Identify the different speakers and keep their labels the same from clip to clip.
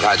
Speaker 1: dodge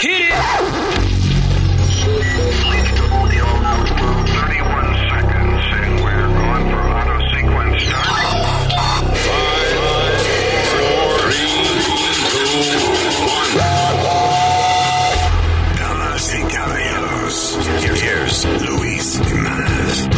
Speaker 2: Hit it!
Speaker 3: 31 seconds, and we're going for auto sequence start.
Speaker 4: Damas y caballeros, here's Luis Jimenez.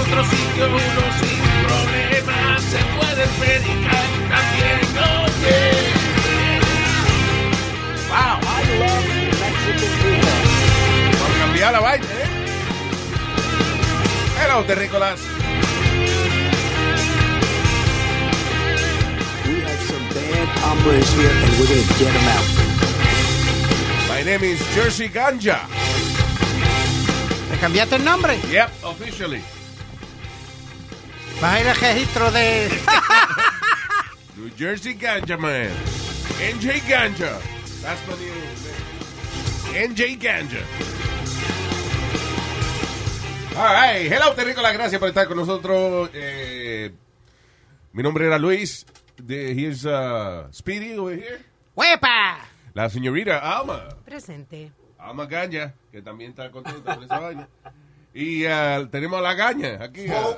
Speaker 5: otro sitio uno sin problemas se puede predicar también oye wow
Speaker 6: Para cambiar la vaina, ¿eh? Hello, terrícolas.
Speaker 7: We have some bad hombres here, and we're gonna get them out.
Speaker 6: My name is Jersey Ganja.
Speaker 8: ¿Te cambiaste el nombre?
Speaker 6: Yep, officially.
Speaker 8: Vas a ir al registro de...
Speaker 6: New Jersey Ganja Man. NJ Ganja. That's my new name. NJ Ganja. All right. Hello, terrícolas. Gracias por estar con nosotros. Eh, mi nombre era Luis. De, here's uh, Speedy over here.
Speaker 8: ¡Huepa!
Speaker 6: La señorita Alma.
Speaker 9: Presente.
Speaker 6: Alma Gaña, que también está contenta por esa vaina. Y ah, tenemos a la Gaña aquí. ah.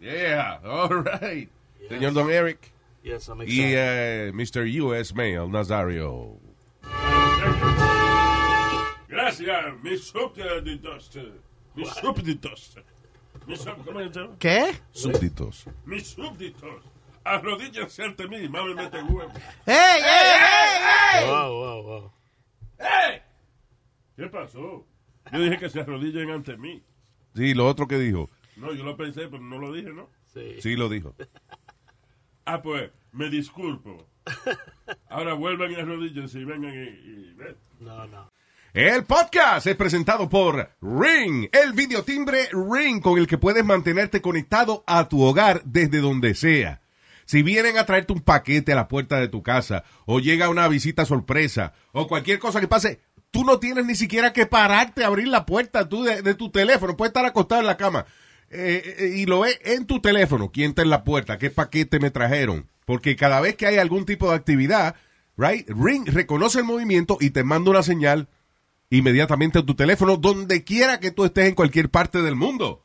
Speaker 6: Yeah, all right. Señor Don Eric.
Speaker 10: Yes, I'm
Speaker 6: Y
Speaker 10: excited.
Speaker 6: eh, Mr. U.S. Mail Nazario.
Speaker 10: Gracias, mi subdeduster. Mi subdeduster. Mi sub, ¿Cómo se llama?
Speaker 8: ¿Qué?
Speaker 6: Súbditos.
Speaker 10: Mi subdeduster. Arrodíllense ante mí, mami, mete huevo.
Speaker 8: ¡Ey, ey, ey! ey!
Speaker 10: Wow, wow, wow. ¿Qué pasó? Yo dije que se arrodillen ante mí.
Speaker 6: Sí, lo otro que dijo.
Speaker 10: No, yo lo pensé, pero no lo dije, ¿no?
Speaker 6: Sí, lo dijo.
Speaker 10: Ah, pues, me disculpo. Ahora vuelvan y arrodíllense y vengan y... y ven.
Speaker 6: El podcast es presentado por Ring, el videotimbre Ring con el que puedes mantenerte conectado a tu hogar desde donde sea. Si vienen a traerte un paquete a la puerta de tu casa, o llega una visita sorpresa, o cualquier cosa que pase, tú no tienes ni siquiera que pararte a abrir la puerta tú de, de tu teléfono. Puedes estar acostado en la cama eh, eh, y lo ves en tu teléfono. ¿Quién está en la puerta? ¿Qué paquete me trajeron? Porque cada vez que hay algún tipo de actividad, right, Ring reconoce el movimiento y te manda una señal inmediatamente a tu teléfono, donde quiera que tú estés en cualquier parte del mundo.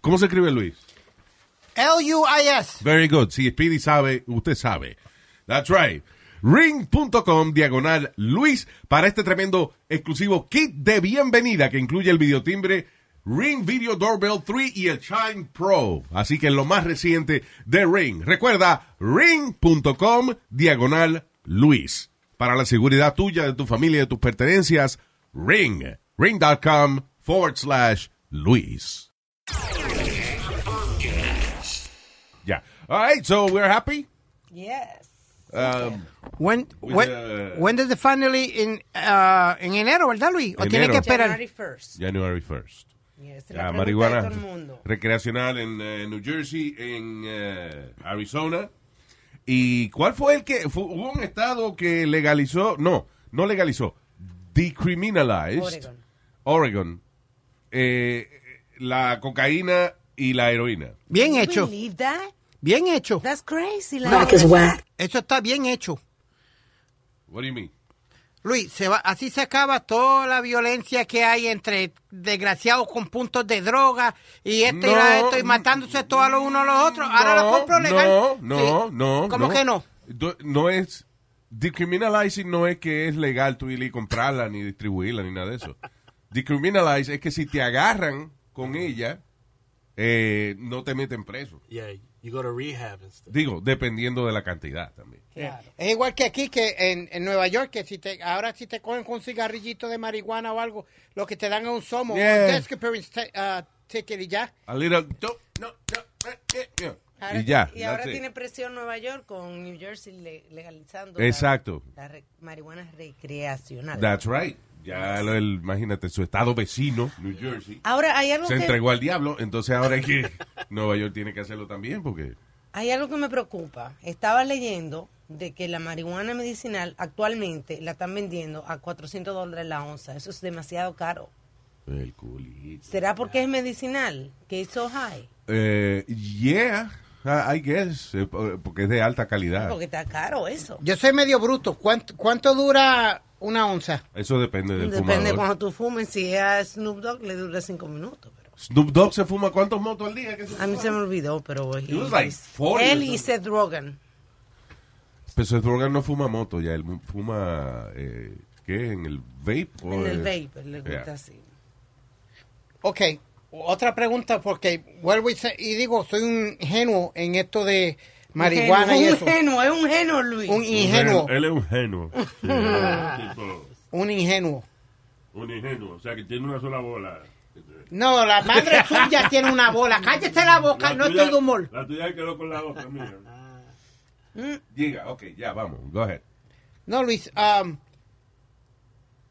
Speaker 6: ¿Cómo se escribe Luis?
Speaker 8: L-U-I-S.
Speaker 6: Very good. Si Speedy sabe, usted sabe. That's right. Ring.com diagonal Luis para este tremendo exclusivo kit de bienvenida que incluye el videotimbre Ring Video Doorbell 3 y el Chime Pro. Así que lo más reciente de Ring. Recuerda, ring.com diagonal Luis. Para la seguridad tuya, de tu familia y de tus pertenencias, Ring. Ring.com forward slash Luis. Ya. All right, so we're happy.
Speaker 9: Yes.
Speaker 6: Um,
Speaker 8: When, when,
Speaker 6: the-
Speaker 8: when does it finally in, uh, en enero, ¿verdad, Luis? ¿O tienes
Speaker 6: Enero.
Speaker 8: que esperar?
Speaker 9: January 1st.
Speaker 6: January 1st.
Speaker 9: Yes,
Speaker 6: Ya,
Speaker 9: la pregunta de
Speaker 6: marihuana
Speaker 9: todo el mundo.
Speaker 6: recreacional en eh, New Jersey, en eh, Arizona. ¿Y cuál fue el que? fu- hubo un estado que legalizó, no, no legalizó, decriminalized
Speaker 9: Oregon.
Speaker 6: Oregon, eh, la cocaína y la heroína.
Speaker 8: Bien
Speaker 9: Can you
Speaker 8: hecho,
Speaker 9: believe that?
Speaker 8: bien hecho.
Speaker 9: That's crazy. like-
Speaker 8: Eso está bien hecho.
Speaker 6: What do you mean?
Speaker 8: Luis, se va, así se acaba toda la violencia que hay entre desgraciados con puntos de droga y esto y la
Speaker 6: No,
Speaker 8: esto y matándose todos a los unos a los otros. Ahora
Speaker 6: no,
Speaker 8: lo compro legal.
Speaker 6: No, no,
Speaker 8: Sí.
Speaker 6: no.
Speaker 8: ¿Cómo que no?
Speaker 6: Do- No es. Decriminalizing no es que es legal tú ir y comprarla, ni distribuirla, ni nada de eso. Decriminalize es que si te agarran con ella, eh, no te meten preso.
Speaker 1: Yeah, you go to rehab and stuff.
Speaker 6: Digo, dependiendo de la cantidad también.
Speaker 8: Eh, Es igual que aquí, que en, en Nueva York, que si te, ahora si te cogen con un cigarrillito de marihuana o algo, lo que te dan es un somo,
Speaker 6: Yeah.
Speaker 8: un desk appearance ti- ah, ticket y ya.
Speaker 6: A little- no, no, no, eh, eh, eh.
Speaker 9: Ahora-
Speaker 6: y ya.
Speaker 9: Y ahora
Speaker 6: that's it.
Speaker 9: tiene presión Nueva York con New Jersey le- legalizando. la-
Speaker 6: Exacto.
Speaker 9: La, re- marihuana recreacional.
Speaker 6: That's right. Ya, lo- el- imagínate, su estado vecino, New Jersey,
Speaker 9: Ahora, hay algo,
Speaker 6: se
Speaker 9: que,
Speaker 6: entregó al diablo. Entonces ahora es que Nueva York tiene que hacerlo también porque...
Speaker 9: hay algo que me preocupa. Estaba leyendo de que la marihuana medicinal actualmente la están vendiendo a 400 dólares la onza. Eso es demasiado caro.
Speaker 6: El culito.
Speaker 9: ¿Será porque es medicinal? Que es so high.
Speaker 6: Eh, yeah, I I guess, eh, po- porque es de alta calidad.
Speaker 9: Porque está caro eso.
Speaker 8: Yo soy medio bruto. ¿Cuánto, cuánto dura una onza?
Speaker 6: Eso depende del
Speaker 9: Depende
Speaker 6: fumador.
Speaker 9: cuando tú fumes. Si es a Snoop Dogg, le dura cinco minutos. Pero
Speaker 6: Snoop Dogg se fuma cuántos motos al día? ¿Qué se
Speaker 9: a mí
Speaker 6: fuma?
Speaker 9: se me olvidó, pero...
Speaker 6: It was like 40 or
Speaker 9: él y
Speaker 6: something.
Speaker 9: Seth Rogen.
Speaker 6: Pero Seth Rogen no fuma moto ya, él mu- fuma, eh, ¿qué? ¿En el vape? o,
Speaker 9: En el
Speaker 6: eh?
Speaker 9: vapor, le gusta
Speaker 6: Yeah.
Speaker 9: así.
Speaker 8: Ok, otra pregunta porque vuelvo y, se- y digo, soy un ingenuo en esto de marihuana y eso.
Speaker 9: Un genuo, es un genuo, Luis.
Speaker 8: Un ingenuo,
Speaker 10: Él es un genuo. Sí, es tipo,
Speaker 8: un ingenuo.
Speaker 10: un ingenuo. O sea, que tiene una sola bola.
Speaker 8: No, la madre suya tiene una bola. Cállese la boca, no
Speaker 10: tuya-
Speaker 8: estoy de humor.
Speaker 10: La tuya quedó con la otra, mira.
Speaker 6: Diga, ok, ya, vamos, go ahead.
Speaker 8: No, Luis, um,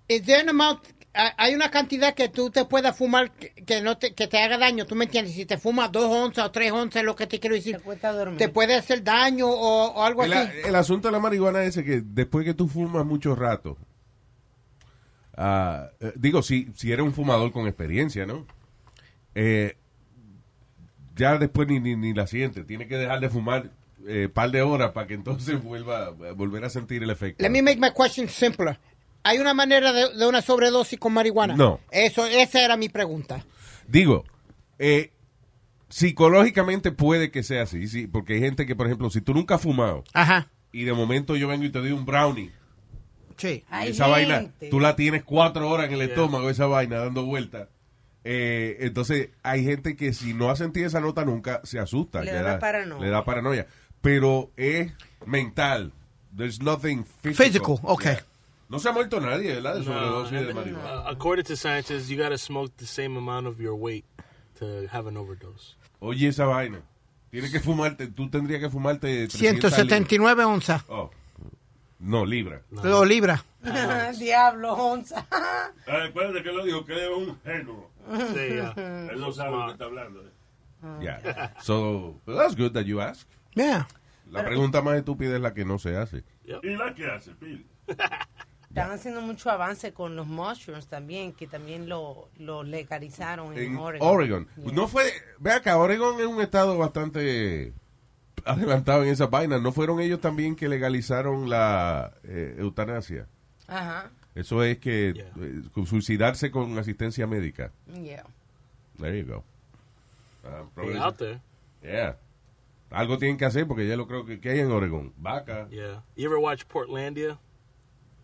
Speaker 8: is there an amount- ha- hay una cantidad que tú te puedas fumar que, que no te, que te haga daño, ¿tú me entiendes? Si te fumas dos onzas o tres onzas, lo que te quiero decir,
Speaker 9: Te cuesta dormir.
Speaker 8: te puede hacer daño o, o algo
Speaker 6: El,
Speaker 8: así.
Speaker 6: el asunto de la marihuana es ese que después que tú fumas mucho rato, ah, eh, digo, si, si eres un fumador con experiencia, ¿no? Eh, ya después ni, ni, ni la sientes, tiene que dejar de fumar eh, par de horas para que entonces vuelva a volver a sentir el efecto.
Speaker 8: Let me make my question simpler. ¿Hay una manera de, de una sobredosis con marihuana?
Speaker 6: No.
Speaker 8: Eso, esa era mi pregunta.
Speaker 6: Digo, eh, psicológicamente puede que sea así, sí, porque hay gente que, por ejemplo, si tú nunca has fumado
Speaker 8: Ajá.
Speaker 6: y de momento yo vengo y te doy un brownie,
Speaker 8: Sí.
Speaker 9: Hay
Speaker 6: esa vaina,
Speaker 9: gente.
Speaker 6: tú la tienes cuatro horas en el estómago, esa vaina, dando vueltas. Eh, entonces, hay gente que si no ha sentido esa nota nunca, se asusta.
Speaker 9: Le da una paranoia.
Speaker 6: le da paranoia. Pero es mental. There's nothing physical.
Speaker 8: Physical, ok.
Speaker 6: No se ha muerto nadie, ¿verdad? De sobredosis
Speaker 1: and
Speaker 6: de
Speaker 1: then,
Speaker 6: marihuana.
Speaker 1: uh, according to scientists, you got to smoke the same amount of your weight to have an overdose.
Speaker 6: Oye, esa vaina. Tienes que fumarte, tú tendrías que fumarte 300 libras.
Speaker 8: 179 onzas.
Speaker 6: Oh. No, libra.
Speaker 8: Lo libra.
Speaker 9: Diablo, onza.
Speaker 10: Ah, Acuérdate que él lo dijo, que él es un genuo.
Speaker 1: Say, uh,
Speaker 10: Él no sabe lo que está hablando. eh.
Speaker 9: Ah.
Speaker 6: Yeah. So, but that's good that you ask.
Speaker 8: Yeah.
Speaker 6: La pregunta más estúpida es la que no se hace.
Speaker 10: ¿Y la que hace, Pil?
Speaker 9: Están haciendo mucho avance con los mushrooms también, que también lo, lo legalizaron en,
Speaker 6: En
Speaker 9: Oregon.
Speaker 6: Oregon. No fue, ve acá, Oregon es un estado bastante adelantado en esas vainas. ¿No fueron ellos también que legalizaron la eh, eutanasia?
Speaker 9: Ajá,
Speaker 6: Eso es que
Speaker 1: Yeah.
Speaker 6: eh, suicidarse con asistencia médica.
Speaker 9: yeah.
Speaker 6: There you go. Ah,
Speaker 1: they
Speaker 6: progreso.
Speaker 1: out there.
Speaker 6: Yeah. Algo tienen que hacer porque ya lo creo que, que hay en Oregon. Vaca.
Speaker 1: Yeah. You ever watch Portlandia?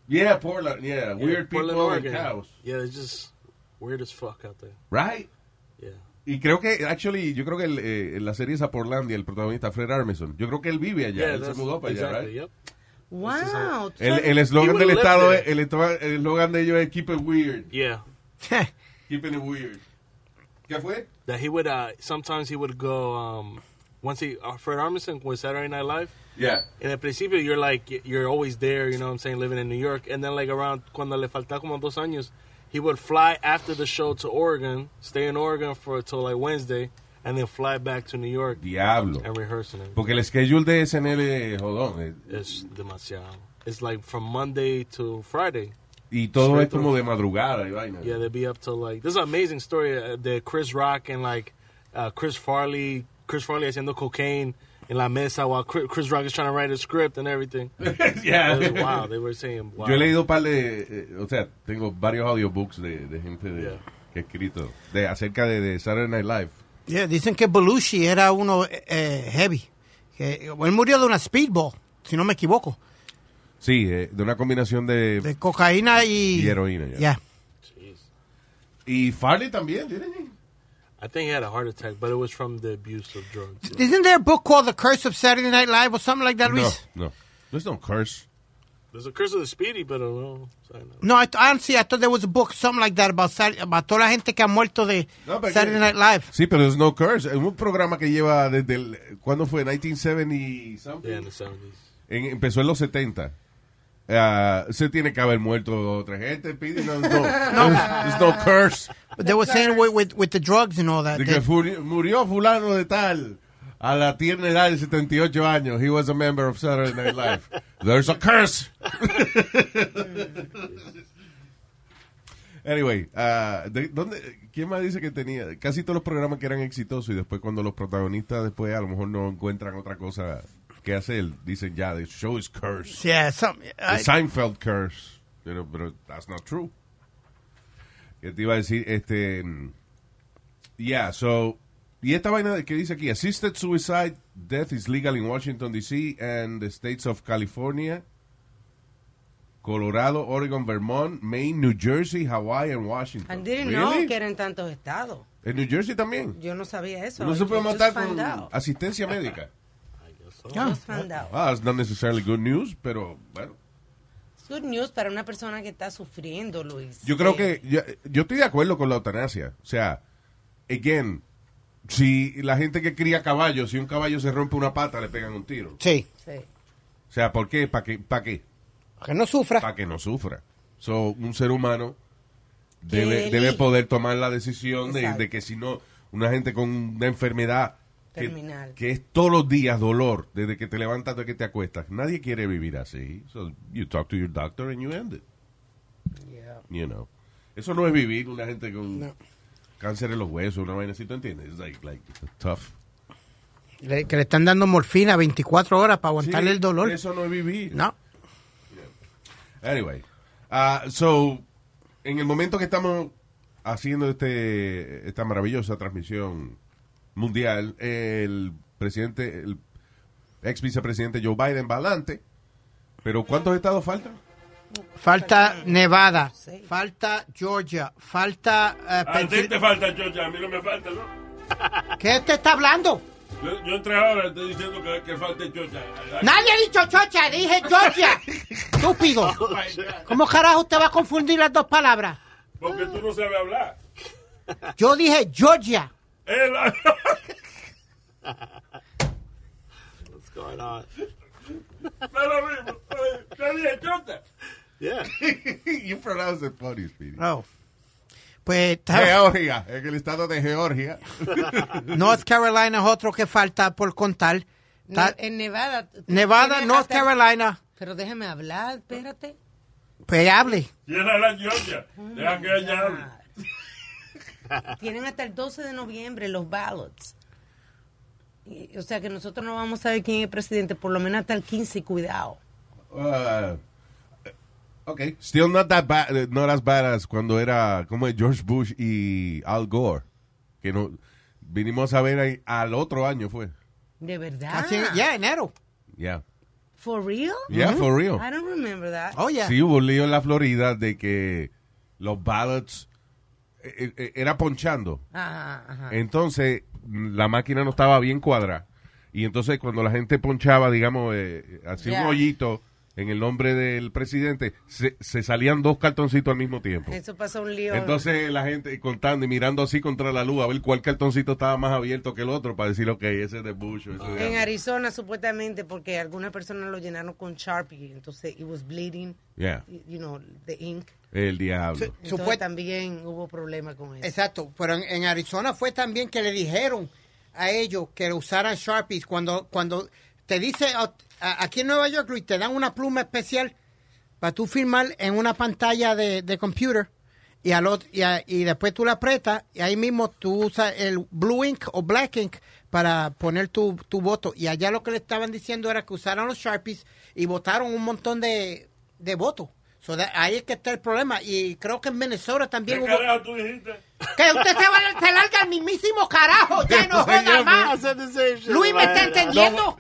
Speaker 6: Yeah, Portland. Yeah,
Speaker 1: Yeah,
Speaker 6: weird
Speaker 1: Portland,
Speaker 6: people and
Speaker 1: Oregon.
Speaker 6: cows.
Speaker 1: Yeah, it's just weird as fuck out there.
Speaker 6: Right.
Speaker 1: Yeah.
Speaker 6: Y creo que, actually, yo creo que el, eh, en la serie esa Portlandia, el protagonista Fred Armisen, yo creo que él vive allá, él se
Speaker 1: that's-
Speaker 6: mudó para allá,
Speaker 1: exactly,
Speaker 6: right?
Speaker 1: yep.
Speaker 9: Wow. tú
Speaker 6: El-
Speaker 9: sabes-
Speaker 6: El eslogan
Speaker 1: He
Speaker 6: del
Speaker 1: would've
Speaker 6: estado, es,
Speaker 1: lived
Speaker 6: el esto- el eslogan de ellos es Keep it weird,
Speaker 1: Yeah.
Speaker 6: keeping it weird. ¿Qué fue?
Speaker 1: That he would uh sometimes he would go um once he uh, Fred Armisen was Saturday Night Live
Speaker 6: Yeah.
Speaker 1: And at principio, you're like, you're always there, you know what I'm saying, living in New York. And then, like, around cuando le faltaba como dos años, he would fly after the show to Oregon, stay in Oregon for till like Wednesday, and then fly back to New York
Speaker 6: Diablo.
Speaker 1: and rehearsing it.
Speaker 6: Porque el schedule de SNL es jodón. eh,
Speaker 1: It's demasiado. It's like from Monday to Friday.
Speaker 6: Y todo
Speaker 1: Straight
Speaker 6: es como de madrugada y vaina.
Speaker 1: Yeah, they'd be up till like, this is an amazing story uh, that Chris Rock and like uh, Chris Farley, Chris Farley haciendo cocaine in La Mesa while Chris, Chris Rock is trying to write a script and everything.
Speaker 6: Yeah.
Speaker 1: It was wild. They were saying, wow.
Speaker 6: Yo he leído un par de, eh, o sea, tengo varios audiobooks de, de gente de,
Speaker 1: Yeah.
Speaker 6: que ha escrito de, acerca de, de Saturday Night Live.
Speaker 8: Yeah, dicen que Belushi era uno eh, heavy. Que, él murió de una speedball, si no me equivoco.
Speaker 6: Sí, eh, de una combinación de...
Speaker 8: De cocaína y...
Speaker 6: Y heroína, ya.
Speaker 8: Yeah.
Speaker 1: Jeez.
Speaker 6: Y Farley también, didn't he?
Speaker 1: I think he had a heart attack, but it was from the abuse of drugs.
Speaker 8: Isn't there a book called The Curse of Saturday Night Live or something like that, Luis?
Speaker 6: No, no. There's no curse.
Speaker 1: There's a curse of the speedy, pero no. sorry, no.
Speaker 8: No, I, honestly, I thought there was a book, something like that, about, Sat- about toda la gente que ha muerto de
Speaker 6: No, pero
Speaker 8: Saturday
Speaker 6: que-
Speaker 8: Night Live.
Speaker 6: Sí, pero there's no curse. Es un programa que lleva desde el... ¿Cuándo fue? 1970 y something.
Speaker 1: Yeah, in the 70s.
Speaker 6: En- empezó en los 70. Ah, se tiene que haber muerto otra gente, Pidi. No, no. There's no curse.
Speaker 8: But they were saying with, with, with the drugs and all that.
Speaker 6: De
Speaker 8: that-
Speaker 6: que furi- murió fulano de tal a la tierna edad de 78 años. He was a member of Saturday Night Live. There's a curse. anyway, ah, de- ¿dónde- ¿quién más dice que tenía? Casi todos los programas que eran exitosos y después cuando los protagonistas después a lo mejor no encuentran otra cosa que hacer, dicen ya, the show is cursed.
Speaker 8: yeah, some,
Speaker 6: The
Speaker 8: I,
Speaker 6: Seinfeld curse. You know, pero that's not true. Yo te iba a decir, este. mm, Yeah, so. Y esta vaina de- que dice aquí: Assisted suicide, death is legal in Washington, D.C. and the states of California, Colorado, Oregon, Vermont, Maine, New Jersey, Hawaii, and
Speaker 9: I
Speaker 6: Washington.
Speaker 9: didn't
Speaker 6: Really?
Speaker 9: know que eran tantos estados.
Speaker 6: En New Jersey también.
Speaker 9: Yo no sabía eso.
Speaker 6: No se
Speaker 9: I
Speaker 6: puede
Speaker 9: just
Speaker 6: matar
Speaker 9: found
Speaker 6: con
Speaker 9: out.
Speaker 6: asistencia médica.
Speaker 9: Just found out.
Speaker 6: Ah, it's not necessarily good news, pero bueno.
Speaker 9: It's good news para una persona que está sufriendo, Luis.
Speaker 6: Yo creo que yo, yo estoy de acuerdo con la eutanasia. O sea, again, si la gente que cría caballos, si un caballo se rompe una pata, le pegan un tiro.
Speaker 8: sí,
Speaker 9: Sí.
Speaker 6: O sea, ¿por qué? ¿Para qué? ¿Para qué?
Speaker 8: que no sufra.
Speaker 6: Para que no sufra. So, un ser humano debe,
Speaker 9: Que
Speaker 6: debe
Speaker 9: elija.
Speaker 6: poder tomar la decisión de,
Speaker 9: Exacto.
Speaker 6: de que si no, una gente con una enfermedad que,
Speaker 9: Terminal.
Speaker 6: que es todos los días dolor, desde que te levantas hasta que te acuestas, nadie quiere vivir así. So, you talk to your doctor and you end it.
Speaker 9: Yeah.
Speaker 6: you know. Eso no es vivir una gente con
Speaker 8: No.
Speaker 6: cáncer en los huesos, una vaina así, ¿tú entiendes? It's like, like tough.
Speaker 8: Le- que le están dando morfina 24 horas para aguantarle
Speaker 6: Sí,
Speaker 8: el dolor.
Speaker 6: Eso no es vivir.
Speaker 8: No.
Speaker 6: Anyway, ah, so, en el momento que estamos haciendo este esta maravillosa transmisión mundial, el presidente, el ex vicepresidente Joe Biden va adelante, pero ¿cuántos estados faltan?
Speaker 8: Falta Nevada,
Speaker 9: Sí.
Speaker 8: falta Georgia, falta eh,
Speaker 10: A ti Ah, te
Speaker 8: Pensil-
Speaker 10: falta, George, a mí no me falta, ¿no?
Speaker 8: ¿Qué te está hablando?
Speaker 10: Yo, yo entré ahora, estoy diciendo que, que falta Georgia.
Speaker 8: Nadie ha dicho chocha, dije Georgia. Estúpido. ¿Cómo carajo usted va a confundir las dos palabras?
Speaker 10: Porque tú no sabes hablar.
Speaker 8: Yo dije Georgia.
Speaker 10: Él
Speaker 1: What's going on?
Speaker 10: no lo mismo. Yo dije Georgia.
Speaker 1: Yeah.
Speaker 6: you pronounce it funny, Speedy.
Speaker 8: Oh. Pues está-
Speaker 6: Georgia, en el estado de Georgia.
Speaker 8: North Carolina es otro que falta por contar.
Speaker 9: No,
Speaker 8: Está-
Speaker 9: en Nevada. tú
Speaker 8: Nevada,
Speaker 9: tienes
Speaker 8: North
Speaker 9: hasta-
Speaker 8: Carolina.
Speaker 9: Pero déjame hablar, espérate.
Speaker 8: Pues hable.
Speaker 10: Llena la Georgia. Deja que ella hable.
Speaker 9: Oh Tienen hasta el 12 de noviembre los ballots. Y- o sea que nosotros no vamos a saber quién es presidente, por lo menos hasta el 15, y cuidado.
Speaker 6: Uh, okay. Still not that bad, eh, not as bad as cuando era como George Bush y Al Gore, que no vinimos a ver ahí al otro año fue.
Speaker 9: De verdad.
Speaker 8: Así, yeah, enero.
Speaker 6: Yeah.
Speaker 9: For real?
Speaker 6: Yeah, for real.
Speaker 9: I don't remember that.
Speaker 8: Oh, yeah.
Speaker 6: Sí hubo un lío en la Florida de que los ballots eh, eh, era ponchando.
Speaker 9: Ajá, ajá.
Speaker 6: Entonces, la máquina no estaba bien cuadrada. Y entonces, cuando la gente ponchaba, digamos, eh, hacía
Speaker 9: Ya.
Speaker 6: un hoyito en el nombre del presidente, se, se salían dos cartoncitos al mismo tiempo.
Speaker 9: Eso pasó un lío.
Speaker 6: Entonces, la gente contando y mirando así contra la luz a ver cuál cartoncito estaba más abierto que el otro para decir, ok, ese es de Bush. o ese es de
Speaker 9: en
Speaker 6: Allen.
Speaker 9: Arizona, supuestamente, porque algunas personas lo llenaron con Sharpie, entonces it was bleeding,
Speaker 6: Yeah,
Speaker 9: you know, the ink.
Speaker 6: el diablo.
Speaker 8: Sí.
Speaker 9: Entonces
Speaker 8: Supuest-
Speaker 9: también hubo problemas con eso.
Speaker 8: Exacto, pero en, en Arizona fue también que le dijeron a ellos que usaran Sharpies cuando cuando te dice a- a- aquí en Nueva York Luis, te dan una pluma especial para tú firmar en una pantalla de, de computer y al ot- y, a- y después tú la apretas y ahí mismo tú usas el blue ink o black ink para poner tu, tu voto y allá lo que le estaban diciendo era que usaran los Sharpies y votaron un montón de, de votos. So that- ahí es que está el problema y creo que en Minnesota
Speaker 10: ¿Qué
Speaker 8: también hubo
Speaker 10: carajo tú dijiste?
Speaker 8: que usted se va a se larga al mismísimo carajo, ya no joda
Speaker 1: I
Speaker 8: más.
Speaker 1: said the same shit.
Speaker 8: Luis me está
Speaker 1: man.
Speaker 8: entendiendo.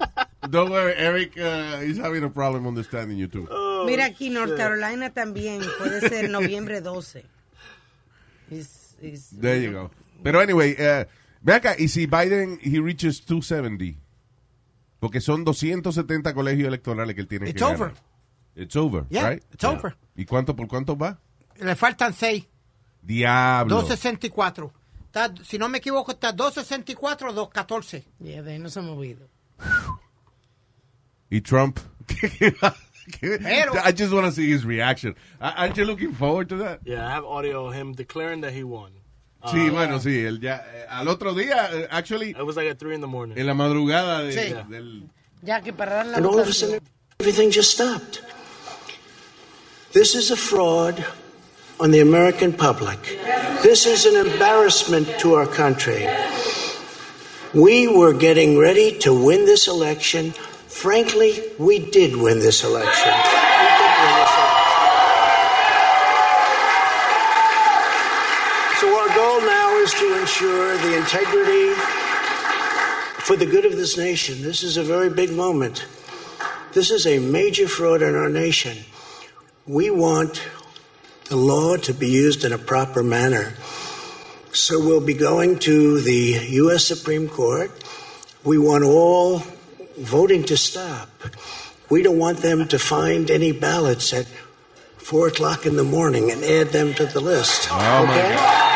Speaker 6: Don't worry, Eric uh, is having a problem understanding you too.
Speaker 9: Mira aquí, North Carolina también puede ser noviembre 12. It's, is
Speaker 6: There you go. Pero anyway, eh, ve acá, y si Biden, he reaches 270, porque son 270 colegios electorales que él tiene
Speaker 8: It's
Speaker 6: que ganar.
Speaker 8: over.
Speaker 6: It's over,
Speaker 8: Yeah,
Speaker 6: right?
Speaker 8: it's over.
Speaker 6: ¿Y cuánto por cuánto va?
Speaker 8: Le faltan seis.
Speaker 6: Diablo.
Speaker 8: 264. Está- si no me equivoco, está 264 o 214.
Speaker 9: Yeah, de ahí no se ha movido.
Speaker 6: Y Trump.
Speaker 8: Pero-
Speaker 6: I just want to see his reaction. A- Aren't you looking forward to that?
Speaker 1: Yeah, I have audio of him declaring that he won.
Speaker 8: Ah.
Speaker 6: sí, bueno, sí. Él ya, eh, al otro día, eh, actually,
Speaker 1: It was like at three in the morning.
Speaker 6: en la madrugada de-
Speaker 8: Sí.
Speaker 6: del...
Speaker 9: Ya que para dar la
Speaker 7: And all of a
Speaker 9: votación.
Speaker 7: sudden, everything just stopped. This is a fraud on the American public. This is an embarrassment to our country. We were getting ready to win this election. Frankly, we did win this election. We did win this election. So, our goal now is to ensure the integrity for the good of this nation. This is a very big moment. This is a major fraud in our nation. We want the law to be used in a proper manner. So we'll be going to the U.S. Supreme Court. We want all voting to stop. We don't want them to find any ballots at four o'clock in the morning and add them to the list.
Speaker 6: Oh, my God.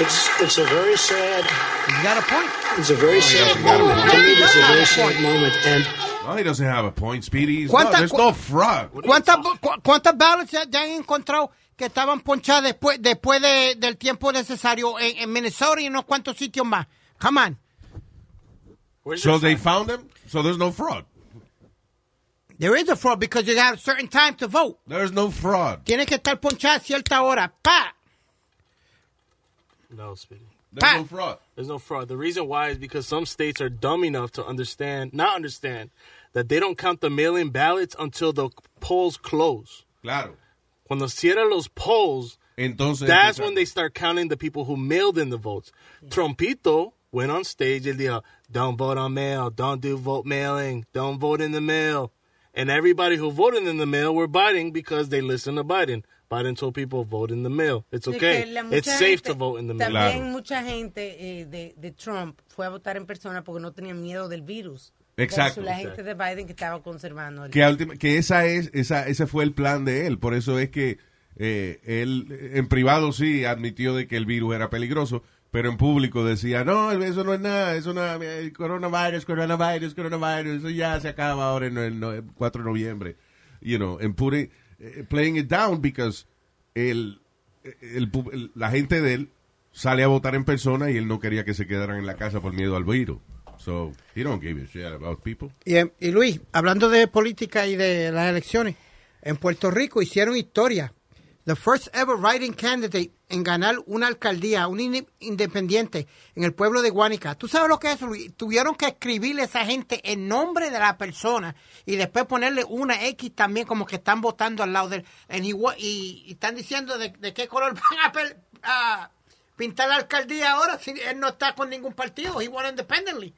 Speaker 7: It's it's a very sad
Speaker 8: He's got a point.
Speaker 7: it's a
Speaker 6: Oh,
Speaker 7: very sad moment. To me, it's a very sad moment. And
Speaker 6: No, he doesn't have a point, Speedy. He's
Speaker 8: ¿Cuánta-
Speaker 6: not- there's no fraud.
Speaker 8: ¿Cuántas cu- cuántas ballots ya, ya han encontrado que estaban ponchadas después después de- del tiempo necesario en, en Minnesota y en unos cuantos sitios más? Come on.
Speaker 1: Where's
Speaker 6: So
Speaker 1: your
Speaker 6: they
Speaker 1: son?
Speaker 6: found him, so there's no fraud.
Speaker 8: There is a fraud because you have a certain time to vote.
Speaker 6: There's no fraud.
Speaker 8: Tiene que estar ponchada a cierta hora. Pa.
Speaker 1: no, Speedy.
Speaker 6: There's
Speaker 8: Pa-
Speaker 6: no fraud.
Speaker 1: There's no fraud. The reason why is because some states are dumb enough to understand, not understand, that they don't count the mail-in ballots until the polls close.
Speaker 6: Claro.
Speaker 1: Cuando cierran los polls,
Speaker 6: Entonces.
Speaker 1: that's when they start counting the people who mailed in the votes. Trumpito went on stage and yelled, "Don't vote on mail. Don't do vote mailing. Don't vote in the mail." And everybody who voted in the mail were Biden because they listened to Biden. Biden told people vote in the mail. It's
Speaker 9: Es
Speaker 1: okay.
Speaker 9: que la mucha
Speaker 1: It's safe
Speaker 9: gente-
Speaker 1: to vote in the mail.
Speaker 9: También
Speaker 6: Claro.
Speaker 9: mucha gente eh, de, de Trump fue a votar en persona porque no tenía miedo del virus.
Speaker 6: Exacto.
Speaker 9: Versus La gente de Biden que estaba conservando. el-
Speaker 6: Que, a última- que esa es, esa, ese fue el plan de él. Por eso es que eh, él en privado sí admitió de que el virus era peligroso, pero en público decía, no, eso no es nada, eso no es coronavirus, coronavirus, coronavirus, eso ya se acaba ahora en el no- el 4 de noviembre. You know, and put it- eh, playing it down because el, el pu- el- la gente de él sale a votar en persona y él no quería que se quedaran en la casa por miedo al virus. So, he don't give a shit about people.
Speaker 8: Y, eh, y Luis, hablando de política y de las elecciones, en Puerto Rico hicieron historia. The first ever writing candidate en ganar una alcaldía, un ine- independiente, en el pueblo de Guánica. ¿Tú sabes lo que es eso, Luis? Tuvieron que escribirle a esa gente el nombre de la persona y después ponerle una X también, como que están votando al lado del. en igua- y, y están diciendo de, de qué color van a, pel- a pintar la alcaldía ahora si él no está con ningún partido. He won independently.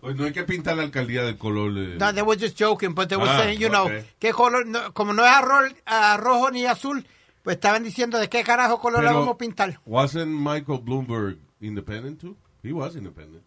Speaker 6: Pues no hay que pintar la alcaldía del color. eh.
Speaker 8: No, they were just joking, but they were
Speaker 6: Ah,
Speaker 8: saying, you know,
Speaker 6: ok.
Speaker 8: qué color, no- como no es arro- ah, rojo ni azul, pues estaban diciendo de qué carajo color la
Speaker 6: Pero,
Speaker 8: vamos a pintar.
Speaker 6: Wasn't Michael Bloomberg independent too? He was independent.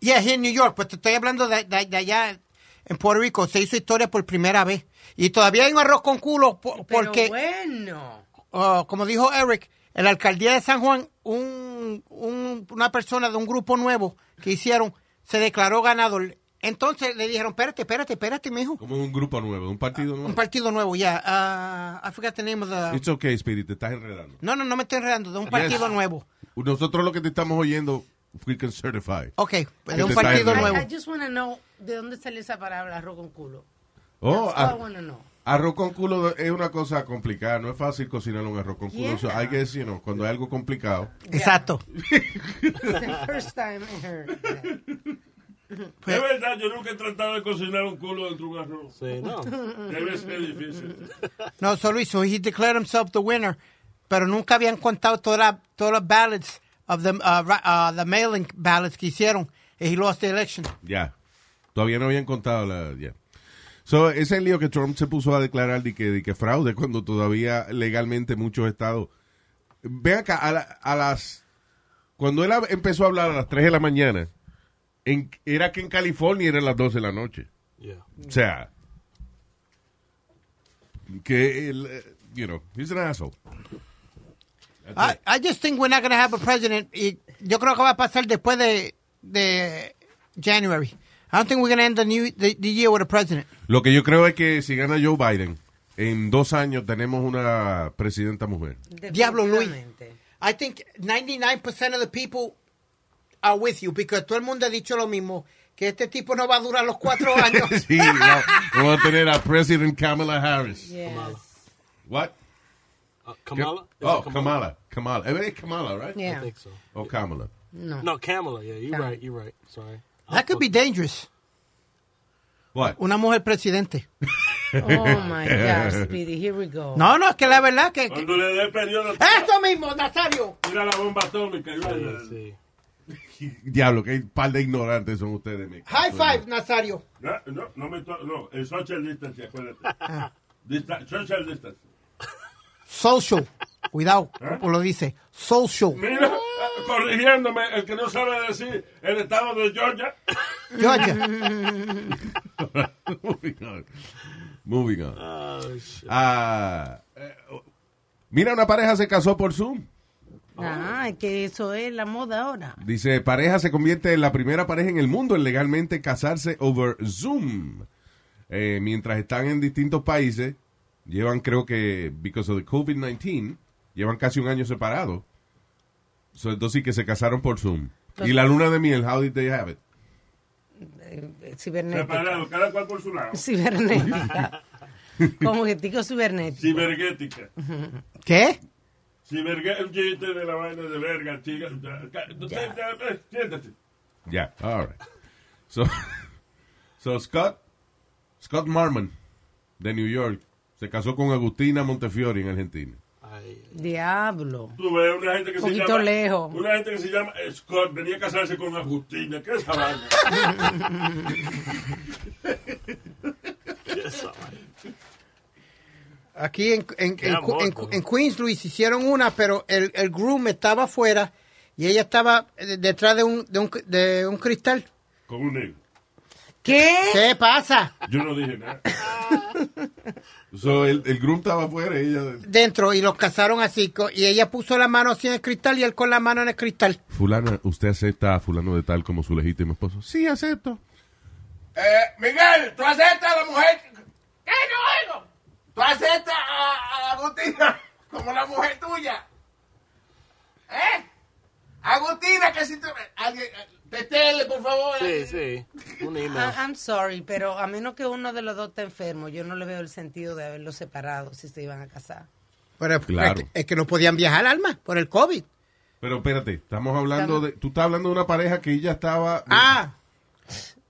Speaker 8: Yeah, here in New York, pues te estoy hablando de, de- de allá en Puerto Rico, se hizo historia por primera vez. Y todavía hay un arroz con culo, po-
Speaker 9: Pero
Speaker 8: porque,
Speaker 9: bueno.
Speaker 8: oh, como dijo Eric, en la alcaldía de San Juan, un- un- una persona de un grupo nuevo que hicieron, se declaró ganador. Entonces le dijeron, espérate, espérate, espérate, mijo.
Speaker 6: Como un grupo nuevo, un partido nuevo.
Speaker 8: Un partido nuevo, ya. Yeah. Ah, I forgot the name of the-
Speaker 6: It's okay, Spirit, te estás enredando.
Speaker 8: No, no, no me estoy enredando. De un partido
Speaker 6: Yes.
Speaker 8: nuevo.
Speaker 6: Nosotros lo que te estamos oyendo, we can certify.
Speaker 8: Ok,
Speaker 6: te
Speaker 8: de un
Speaker 6: está
Speaker 8: partido
Speaker 6: enredando.
Speaker 8: nuevo.
Speaker 9: I, I just want to know de dónde sale esa palabra arroz con culo.
Speaker 6: Oh,
Speaker 9: That's all I
Speaker 6: ar-
Speaker 9: wanna know.
Speaker 6: arroz con culo es una cosa complicada. No es fácil cocinar un arroz con culo.
Speaker 9: Yeah.
Speaker 6: So I guess, you know, cuando hay algo complicado.
Speaker 8: Exacto.
Speaker 9: It's the first time I heard that.
Speaker 10: De verdad, yo nunca he tratado de cocinar un culo dentro de un arroz.
Speaker 1: Say no.
Speaker 10: Debe ser difícil.
Speaker 8: No, solo hizo. He declared himself the winner, pero nunca habían contado todas las todas las ballots of the, uh, ra- uh, the mailing ballots que hicieron. Y he lost the election.
Speaker 6: Ya. Todavía no habían contado la. Ya. So, ese es el lío que Trump se puso a declarar de que, de que fraude cuando todavía legalmente muchos estados Ven acá, a, la- a las. Cuando él hab- empezó a hablar a las 3 de la mañana, en- era que en California eran las 12 de la noche.
Speaker 1: Yeah.
Speaker 6: O sea. Que él. eh, You know, he's an asshole.
Speaker 8: I, I just think we're not going to have a president. Y yo creo que va a pasar después de, de January. I don't think we're going to end the, new, the, the year with a president.
Speaker 6: Lo que yo creo es que si gana Joe Biden, en dos años tenemos una presidenta mujer.
Speaker 8: Diablo, Luis.
Speaker 9: Definitivamente.
Speaker 8: I think 99% of the people are with you because todo el mundo ha dicho lo mismo, que este tipo no va a durar los cuatro años.
Speaker 6: sí, no, vamos a tener a President Kamala Harris.
Speaker 9: Yes.
Speaker 6: What?
Speaker 1: Uh, Kamala? Is it
Speaker 6: Oh, Kamala. Kamala. Everybody Kamala, right?
Speaker 1: I
Speaker 9: Yeah.
Speaker 1: think so.
Speaker 6: Oh, Kamala.
Speaker 1: No, Kamala. Yeah, you're right. You're right. Sorry.
Speaker 8: That could be dangerous.
Speaker 6: What?
Speaker 8: Una mujer presidente.
Speaker 9: Oh my God, Speedy, here we go.
Speaker 8: No, no, es que la verdad que... que-
Speaker 10: Cuando le dé periodo,
Speaker 8: ¡Eso mismo, Nazario!
Speaker 10: tira la bomba atómica. y vaya.
Speaker 1: Let's see.
Speaker 6: Diablo, qué par de ignorantes son ustedes. me cago
Speaker 8: High
Speaker 6: en-
Speaker 8: five, Nazario.
Speaker 10: No, no, no me to no, el social distancing, acuérdate. Dista- social distancing.
Speaker 8: Social. Cuidado,
Speaker 1: ¿Eh?
Speaker 8: como lo dice. Social.
Speaker 10: Mira, corrigiéndome, el que no sabe decir el estado de Georgia.
Speaker 8: Georgia.
Speaker 6: Moving on. Moving on.
Speaker 1: Oh, shit.
Speaker 6: Ah, eh, mira, una pareja se casó por Zoom.
Speaker 9: Ah, es que eso es la moda ahora.
Speaker 6: Dice, pareja se convierte en la primera pareja en el mundo en legalmente casarse over Zoom. Eh, mientras están en distintos países, llevan creo que, because of the COVID-19, llevan casi un año separados. So, entonces sí que se casaron por Zoom. Y la luna de miel, how did they have it?
Speaker 9: Eh, Cibernética.
Speaker 10: Separado, cada cual por su lado.
Speaker 9: Cibernética. Como que tico cibernético.
Speaker 10: Ciberguética.
Speaker 8: ¿Qué?
Speaker 10: Cibergue un chiste de la vaina de verga, chica. Usted- eh, Siéntate.
Speaker 6: Yeah, all right. So, so Scott, Scott Marmon, de New York, se casó con Agustina Montefiore en Argentina.
Speaker 1: I-
Speaker 9: Diablo.
Speaker 10: Tú ves una gente que se
Speaker 9: Poquito
Speaker 10: llama.
Speaker 9: lejos.
Speaker 10: Una gente que se llama Scott. Venía a casarse con Agustina. ¿Qué es esa vaina?
Speaker 8: Aquí en, en-
Speaker 1: Qué
Speaker 8: en-
Speaker 1: amor,
Speaker 8: en-
Speaker 1: bro.
Speaker 8: en Queens, Luis, hicieron una, pero el, el groom estaba afuera y ella estaba eh, detrás de un, de un, de un cristal.
Speaker 10: Con un negro.
Speaker 9: ¿Qué?
Speaker 8: ¿Qué pasa?
Speaker 10: Yo no dije nada.
Speaker 6: So, el, el groom estaba afuera y ella...
Speaker 8: Dentro y los casaron así. co- Y ella puso la mano así en el cristal y él con la mano en el cristal.
Speaker 6: Fulana, ¿usted acepta a fulano de tal como su legítimo esposo? Sí, acepto. Eh, Miguel, ¿tú aceptas a la mujer? ¿Qué no oigo? ¿Tú aceptas a, a Agustina como la mujer tuya? ¿Eh? Agustina, que si tú... Alguien, eh, Tetele, por favor.
Speaker 1: Sí, sí. Un email.
Speaker 9: I- I'm sorry, pero a menos que uno de los dos esté enfermo, yo no le veo el sentido de haberlos separado si se iban a casar.
Speaker 8: Pero
Speaker 6: Claro.
Speaker 8: es, que, es que no podían viajar, Alma, por el COVID.
Speaker 6: Pero espérate, estamos hablando de... Tú estás hablando de una pareja que ella estaba... eh,
Speaker 8: Ah,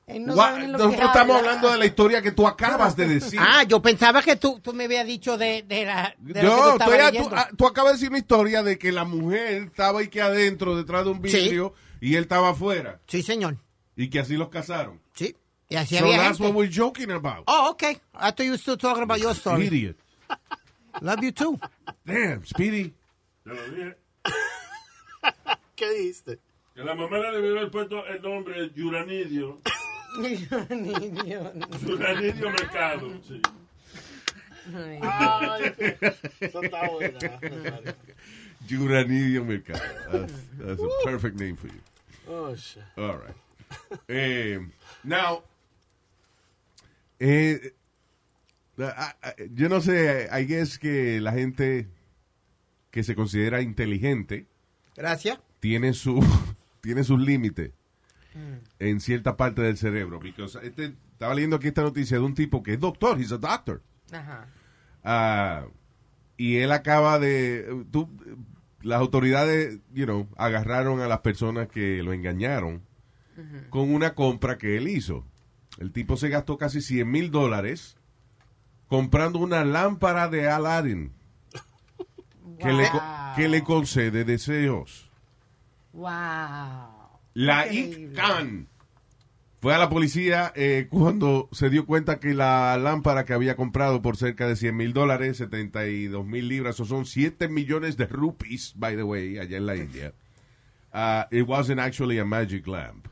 Speaker 9: Él no
Speaker 6: Gua-
Speaker 9: sabe ni lo que
Speaker 6: Nosotros estamos
Speaker 9: habla.
Speaker 6: hablando de la historia que tú acabas de decir.
Speaker 8: ah, yo pensaba que tú, tú me habías dicho de, de la. de lo que tú
Speaker 6: Yo,
Speaker 8: estabas
Speaker 6: estoy a- tú,
Speaker 8: leyendo.
Speaker 6: a- tú acabas de decir una historia de que la mujer estaba ahí que adentro, detrás de un
Speaker 8: Sí.
Speaker 6: vidrio, y él estaba afuera,
Speaker 8: Sí, señor.
Speaker 6: y que así los casaron.
Speaker 8: Sí. Y así
Speaker 6: So
Speaker 8: había
Speaker 6: that's
Speaker 8: gente.
Speaker 6: what we're joking about.
Speaker 8: Oh, okay. I thought you were still talking about your story.
Speaker 6: Idiot.
Speaker 8: Love you too.
Speaker 6: Damn, Speedy.
Speaker 10: Yo lo dije.
Speaker 1: ¿Qué dijiste?
Speaker 10: Que la mamá le debió haber puesto el nombre Yuranidio.
Speaker 9: Ni Dios, ni-
Speaker 10: Yuranidio Mercado. Sí.
Speaker 9: ay.
Speaker 1: Eso está buena. compadre.
Speaker 6: Yuranidio Mercado. That's, that's a perfect name for you.
Speaker 1: Oh, shit.
Speaker 6: All right. Um, now, eh, I- I- yo no sé, I guess que la gente que se considera inteligente
Speaker 8: Gracias.
Speaker 6: tiene su tiene sus límites en cierta parte del cerebro. Because este, estaba leyendo aquí esta noticia de un tipo que es doctor, he's a doctor.
Speaker 9: Ajá.
Speaker 6: Ah, y él acaba de. tú- las autoridades, you know, agarraron a las personas que lo engañaron con una compra que él hizo. El tipo se gastó casi 100 mil dólares comprando una lámpara de Aladdin que, le, co-
Speaker 9: Wow.
Speaker 6: que le concede deseos.
Speaker 9: Wow.
Speaker 6: La
Speaker 9: Increíble.
Speaker 6: ICANN Fue a la policía eh, cuando se dio cuenta que la lámpara que había comprado por cerca de 100 mil dólares, 72 mil libras, o son 7 millones de rupees, by the way, allá en la India. ah, it wasn't actually a magic lamp.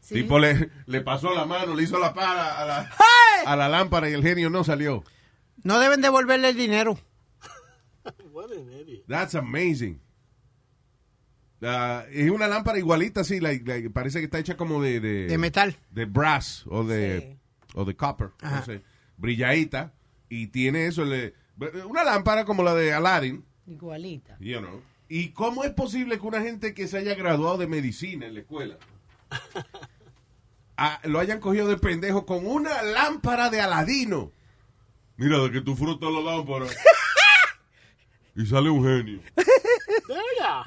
Speaker 9: Sí.
Speaker 6: Tipo le, le pasó la mano, le hizo la pala a la, a la lámpara y el genio no salió.
Speaker 8: No deben devolverle el dinero.
Speaker 1: What an idiot.
Speaker 6: That's amazing. Ah, es una lámpara igualita, sí, like- like, parece que está hecha como de... De,
Speaker 8: De metal.
Speaker 6: De brass o de, o de copper,
Speaker 8: Ajá.
Speaker 6: no sé, brilladita. Y tiene eso, le- una lámpara como la de Aladdin,
Speaker 9: Igualita.
Speaker 6: you know. ¿Y cómo es posible que una gente que se haya graduado de medicina en la escuela ah, lo hayan cogido de pendejo con una lámpara de Aladino? Mira, de que tú frutas la lámpara y sale un genio.
Speaker 1: Verga.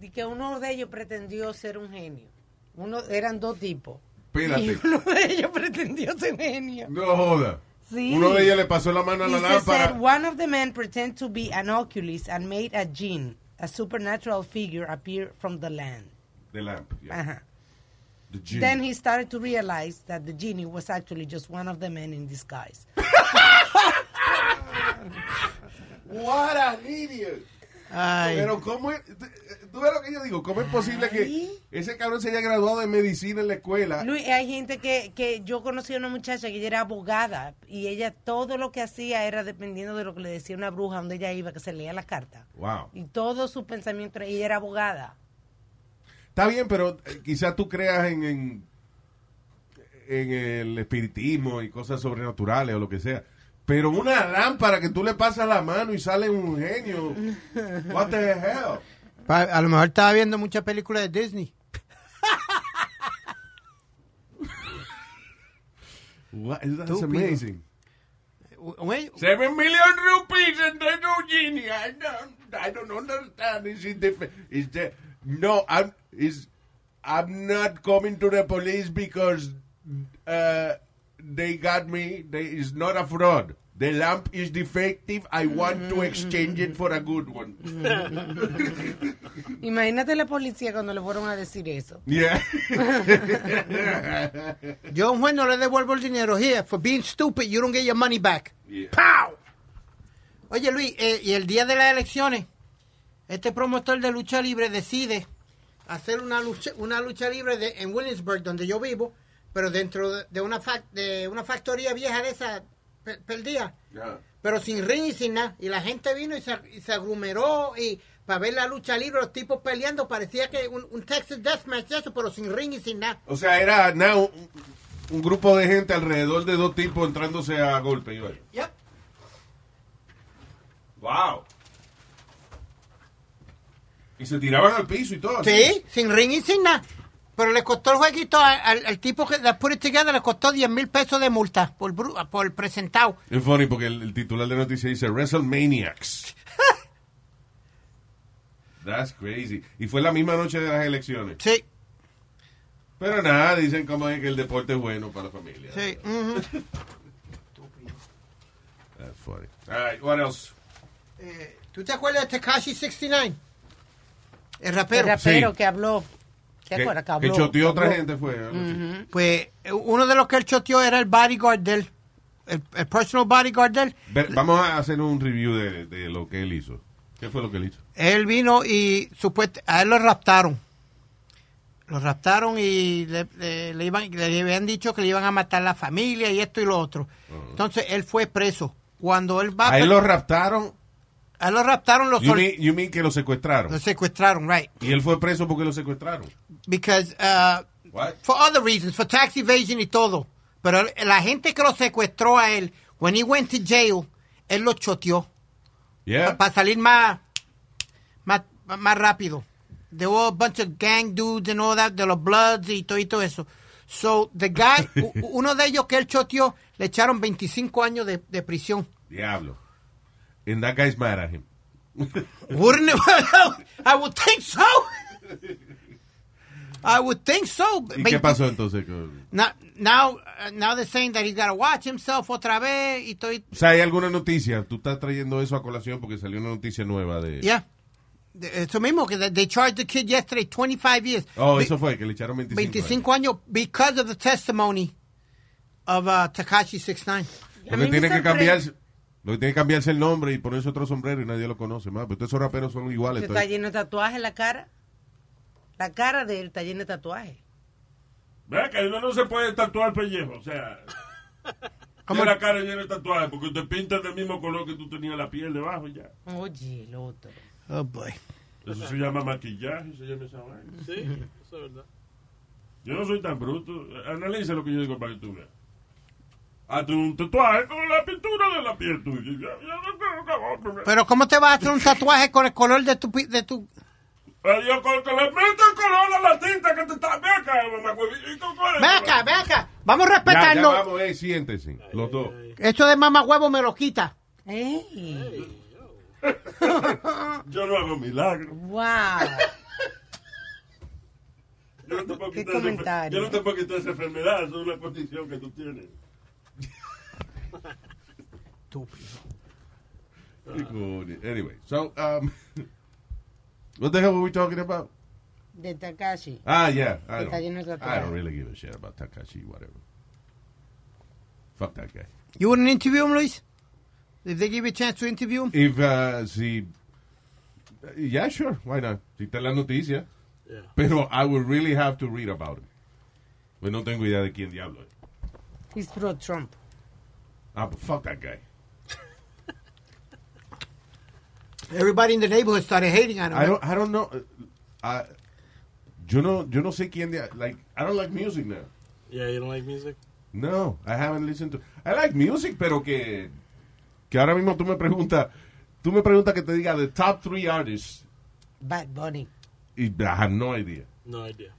Speaker 9: Y que uno de ellos pretendió ser un genio. Uno, eran dos tipos.
Speaker 6: Espérate.
Speaker 9: Y uno de ellos pretendió ser un genio.
Speaker 6: No joda.
Speaker 9: Sí.
Speaker 6: Uno de ellos le pasó la mano a la
Speaker 9: Dice, said,
Speaker 6: lámpara.
Speaker 9: one of the men pretended to be an oculist and made a jinn, a supernatural figure, appear from the land.
Speaker 6: The lamp. yeah.
Speaker 9: Ajá.
Speaker 6: The genie.
Speaker 9: Ah. Then he started to realize that the genie was actually just one of the men in disguise.
Speaker 6: What an idiot.
Speaker 8: Ay.
Speaker 6: Pero cómo es, tú ves lo que yo digo, ¿cómo es posible que ese cabrón se haya graduado de medicina en la escuela?
Speaker 9: Luis, hay gente que, que yo conocí a una muchacha que ella era abogada y ella todo lo que hacía era dependiendo de lo que le decía una bruja donde ella iba, que se leía las cartas.
Speaker 6: Wow.
Speaker 9: Y todo su pensamiento, era- ella era abogada.
Speaker 6: Está bien, pero eh, quizás tú creas en, en, en el espiritismo y cosas sobrenaturales o lo que sea. Pero una lámpara que tú le pasas la mano y sale un genio. What the hell?
Speaker 8: Pa- A lo mejor estaba viendo muchas películas de Disney.
Speaker 6: What, that's
Speaker 8: Estúpido.
Speaker 6: amazing.
Speaker 8: U- güey,
Speaker 6: Seven million rupees and there's no genie. I don't, I don't understand. Is it different? Is the no? I'm is I'm not coming to the police because uh, they got me. They is not a fraud. The lamp is defective. I want to exchange it for a good one.
Speaker 9: Imagínate la policía cuando le fueron a decir eso.
Speaker 6: Yeah.
Speaker 8: Yo a un juez no le devuelvo el dinero. Here, for being stupid, you don't get your money back. ¡Pow! Oye, Luis, eh, y el día de las elecciones, este promotor de lucha libre decide hacer una lucha, una lucha libre de- en Williamsburg, donde yo vivo, pero dentro de, de una, fac- de una factoría vieja de esa pe- perdida, pero sin ring y sin nada. Y la gente vino y se, y se aglomeró y para ver la lucha libre, los tipos peleando, parecía que un, un Texas Deathmatch eso, pero sin ring y sin nada.
Speaker 6: O sea, era now un, un grupo de gente alrededor de dos tipos entrándose a golpe. Iván.
Speaker 8: Yep.
Speaker 6: Wow. Y se tiraban al piso y todo.
Speaker 8: Sí, sin ring y sin nada. Pero le costó el jueguito a- al, al tipo que la put it together, le costó 10 mil pesos de multa por, bru- por presentado.
Speaker 6: Es funny porque el, el titular de noticia dice WrestleManiacs. That's crazy. Y fue la misma noche de las elecciones.
Speaker 8: Sí,
Speaker 6: Pero nada, dicen como es que el deporte es bueno para la familia.
Speaker 8: sí. ujú.
Speaker 6: That's funny. All right, what else?
Speaker 8: Eh, ¿Tú te acuerdas de Tekashi 69? El rapero.
Speaker 9: el rapero
Speaker 6: sí.
Speaker 9: que habló. ¿Te acuerdas? Que
Speaker 6: que
Speaker 9: habló.
Speaker 6: choteó otra
Speaker 9: Habló.
Speaker 6: gente fue. algo así.
Speaker 8: Pues eh, uno de los que él choteó era el bodyguard del, el, el personal bodyguard del.
Speaker 6: Ve- Vamos a hacer un review de, de lo que él hizo. ¿Qué fue lo que él hizo?
Speaker 8: Él vino y supuesto, a él lo raptaron. Lo raptaron y le, le- le iban, le habían dicho que le iban a matar la familia y esto y lo otro. Entonces él fue preso. Cuando él va
Speaker 6: A él lo raptaron.
Speaker 8: a él lo raptaron, lo,
Speaker 6: You
Speaker 8: sol-
Speaker 6: mean, you mean que lo secuestraron.
Speaker 8: lo secuestraron, right?
Speaker 6: Y él fue preso porque lo secuestraron.
Speaker 8: Because uh,
Speaker 6: What?
Speaker 8: for other reasons, for tax evasion y todo. Pero él- la gente que lo secuestró a él, when he went to jail, él lo choteó
Speaker 6: Yeah.
Speaker 8: para salir más, más, más rápido. There were a bunch of gang dudes and all that, de los Bloods y todo, y todo eso. So, the guy, u- u- uno de ellos que él choteó, le echaron 25 años de, de prisión.
Speaker 6: Diablo. And that guy's mad at him.
Speaker 8: Wouldn't it- I would think so. I would think so.
Speaker 6: ¿Y qué pasó entonces? con-
Speaker 8: Now, now, uh, now they're saying that he's got to watch himself otra vez y todo. y-
Speaker 6: O sea, ¿hay alguna noticia? Tú estás trayendo eso a colación porque salió una noticia nueva de,
Speaker 8: Yeah. de- Eso mismo, que they, they charged the kid yesterday 25 years.
Speaker 6: Oh,
Speaker 8: Be-
Speaker 6: eso fue, que le echaron 25. años.
Speaker 8: 25 años because of the testimony of uh, Takashi 69.
Speaker 6: Lo que
Speaker 9: A mí me
Speaker 6: tiene que
Speaker 9: sorprende-
Speaker 6: cambiarse. Lo que tiene que cambiarse el nombre y ponerse otro sombrero y nadie lo conoce más. Pero todos esos raperos son iguales.
Speaker 9: Está
Speaker 6: todos.
Speaker 9: lleno de tatuajes la cara. La cara de él está llena de tatuajes.
Speaker 10: Vea que uno no se puede tatuar pellejo, o sea.
Speaker 8: ¿Cómo?
Speaker 10: Tiene la cara llena de tatuajes porque te pintas del mismo color que tú tenías la piel debajo y ya.
Speaker 9: Oye, el otro.
Speaker 8: Oh, boy.
Speaker 10: Eso se llama maquillaje, se llama esa vaina.
Speaker 1: Sí, eso es verdad.
Speaker 10: Yo no soy tan bruto. Analiza lo que yo digo para que tú veas. Hazte un tatuaje con la pintura de la piel tuya. Ya- ya no creo que vos, pero-
Speaker 8: Pero ¿cómo te vas a hacer un tatuaje con el color de tu... pi- De tu...
Speaker 10: Pero yo con que le meto el color a la tinta que te está... Ve acá, mamacuevito, ¿cuál es?
Speaker 8: Ven acá, ven acá. Vamos a
Speaker 6: Ya, ya
Speaker 8: respetarlo.
Speaker 6: vamos, eh, siéntese. Los dos.
Speaker 8: Esto de mamá huevo me lo quita.
Speaker 9: ¡Ey!
Speaker 10: Yo no hago milagros.
Speaker 9: ¡Wow!
Speaker 10: Yo no te puedo
Speaker 9: Qué
Speaker 10: quitar esa enfer-
Speaker 9: comentario.
Speaker 10: Yo no te puedo quitar esa enfermedad, eso es una condición que tú tienes.
Speaker 6: Qué coño. Anyway, so, um, what the hell were we talking about?
Speaker 9: De Takashi.
Speaker 6: Ah, yeah. I
Speaker 9: Que está lleno de
Speaker 6: don't,
Speaker 9: tatuajes.
Speaker 6: I don't really give a shit about Takashi, whatever. Fuck that guy.
Speaker 8: You wouldn't interview him, Luis? If they give you a chance to interview him?
Speaker 6: If, uh, si... Yeah, sure, why not? Si está en la noticia.
Speaker 1: Yeah.
Speaker 6: Pero I would really have to read about it. Pues no tengo idea de quién diablo es.
Speaker 9: He's pro-Trump.
Speaker 6: Ah, but fuck that guy.
Speaker 8: Everybody in the neighborhood started hating on him.
Speaker 6: I don't, I don't know. Uh, yo, no, yo no sé quién de, like, I don't like music now.
Speaker 1: Yeah, you don't like music?
Speaker 6: No, I haven't listened to. I like music, pero que que ahora mismo tú me preguntas, tú me preguntas que te diga the top three artists
Speaker 9: Bad Bunny.
Speaker 6: y I have no idea.
Speaker 1: No idea.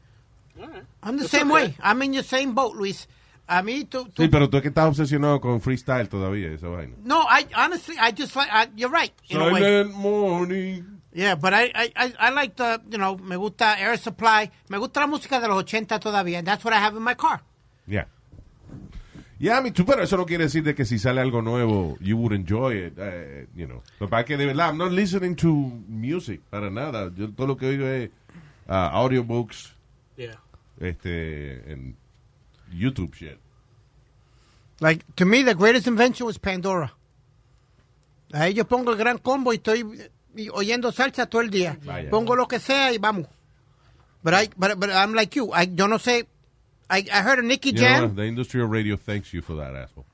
Speaker 1: All right.
Speaker 8: I'm the
Speaker 1: It's
Speaker 8: same
Speaker 1: okay.
Speaker 8: way. I'm in your same boat, Luis. A mí, tú... tú
Speaker 6: Sí, pero tú es que estás obsesionado con freestyle todavía esa vaina.
Speaker 8: No, I honestly, I just like... I, you're right, in a way.
Speaker 6: Silent morning.
Speaker 8: Yeah, but I, I, I, I like the, you know, me gusta Air Supply. Me gusta la música de los 80 todavía. And that's what I have in my car.
Speaker 6: Yeah. Yeah, me too, pero eso no quiere decir de que si sale algo nuevo, you would enjoy it, eh, you know. Lo que pasa es que de verdad, I'm not listening to music para nada. Yo todo lo que oigo es ah, audiobooks,
Speaker 1: Yeah.
Speaker 6: este, en YouTube shit.
Speaker 8: Like, to me, the greatest invention was Pandora. Ahí yo pongo el gran combo y estoy eh, oyendo salsa todo el día.
Speaker 6: Vaya.
Speaker 8: Pongo lo que sea y vamos. But, I, but, but I'm like you. I, yo no sé. I, I heard a Nicky
Speaker 6: You know what?
Speaker 8: Jam.
Speaker 6: the industrial radio thanks you for that asshole.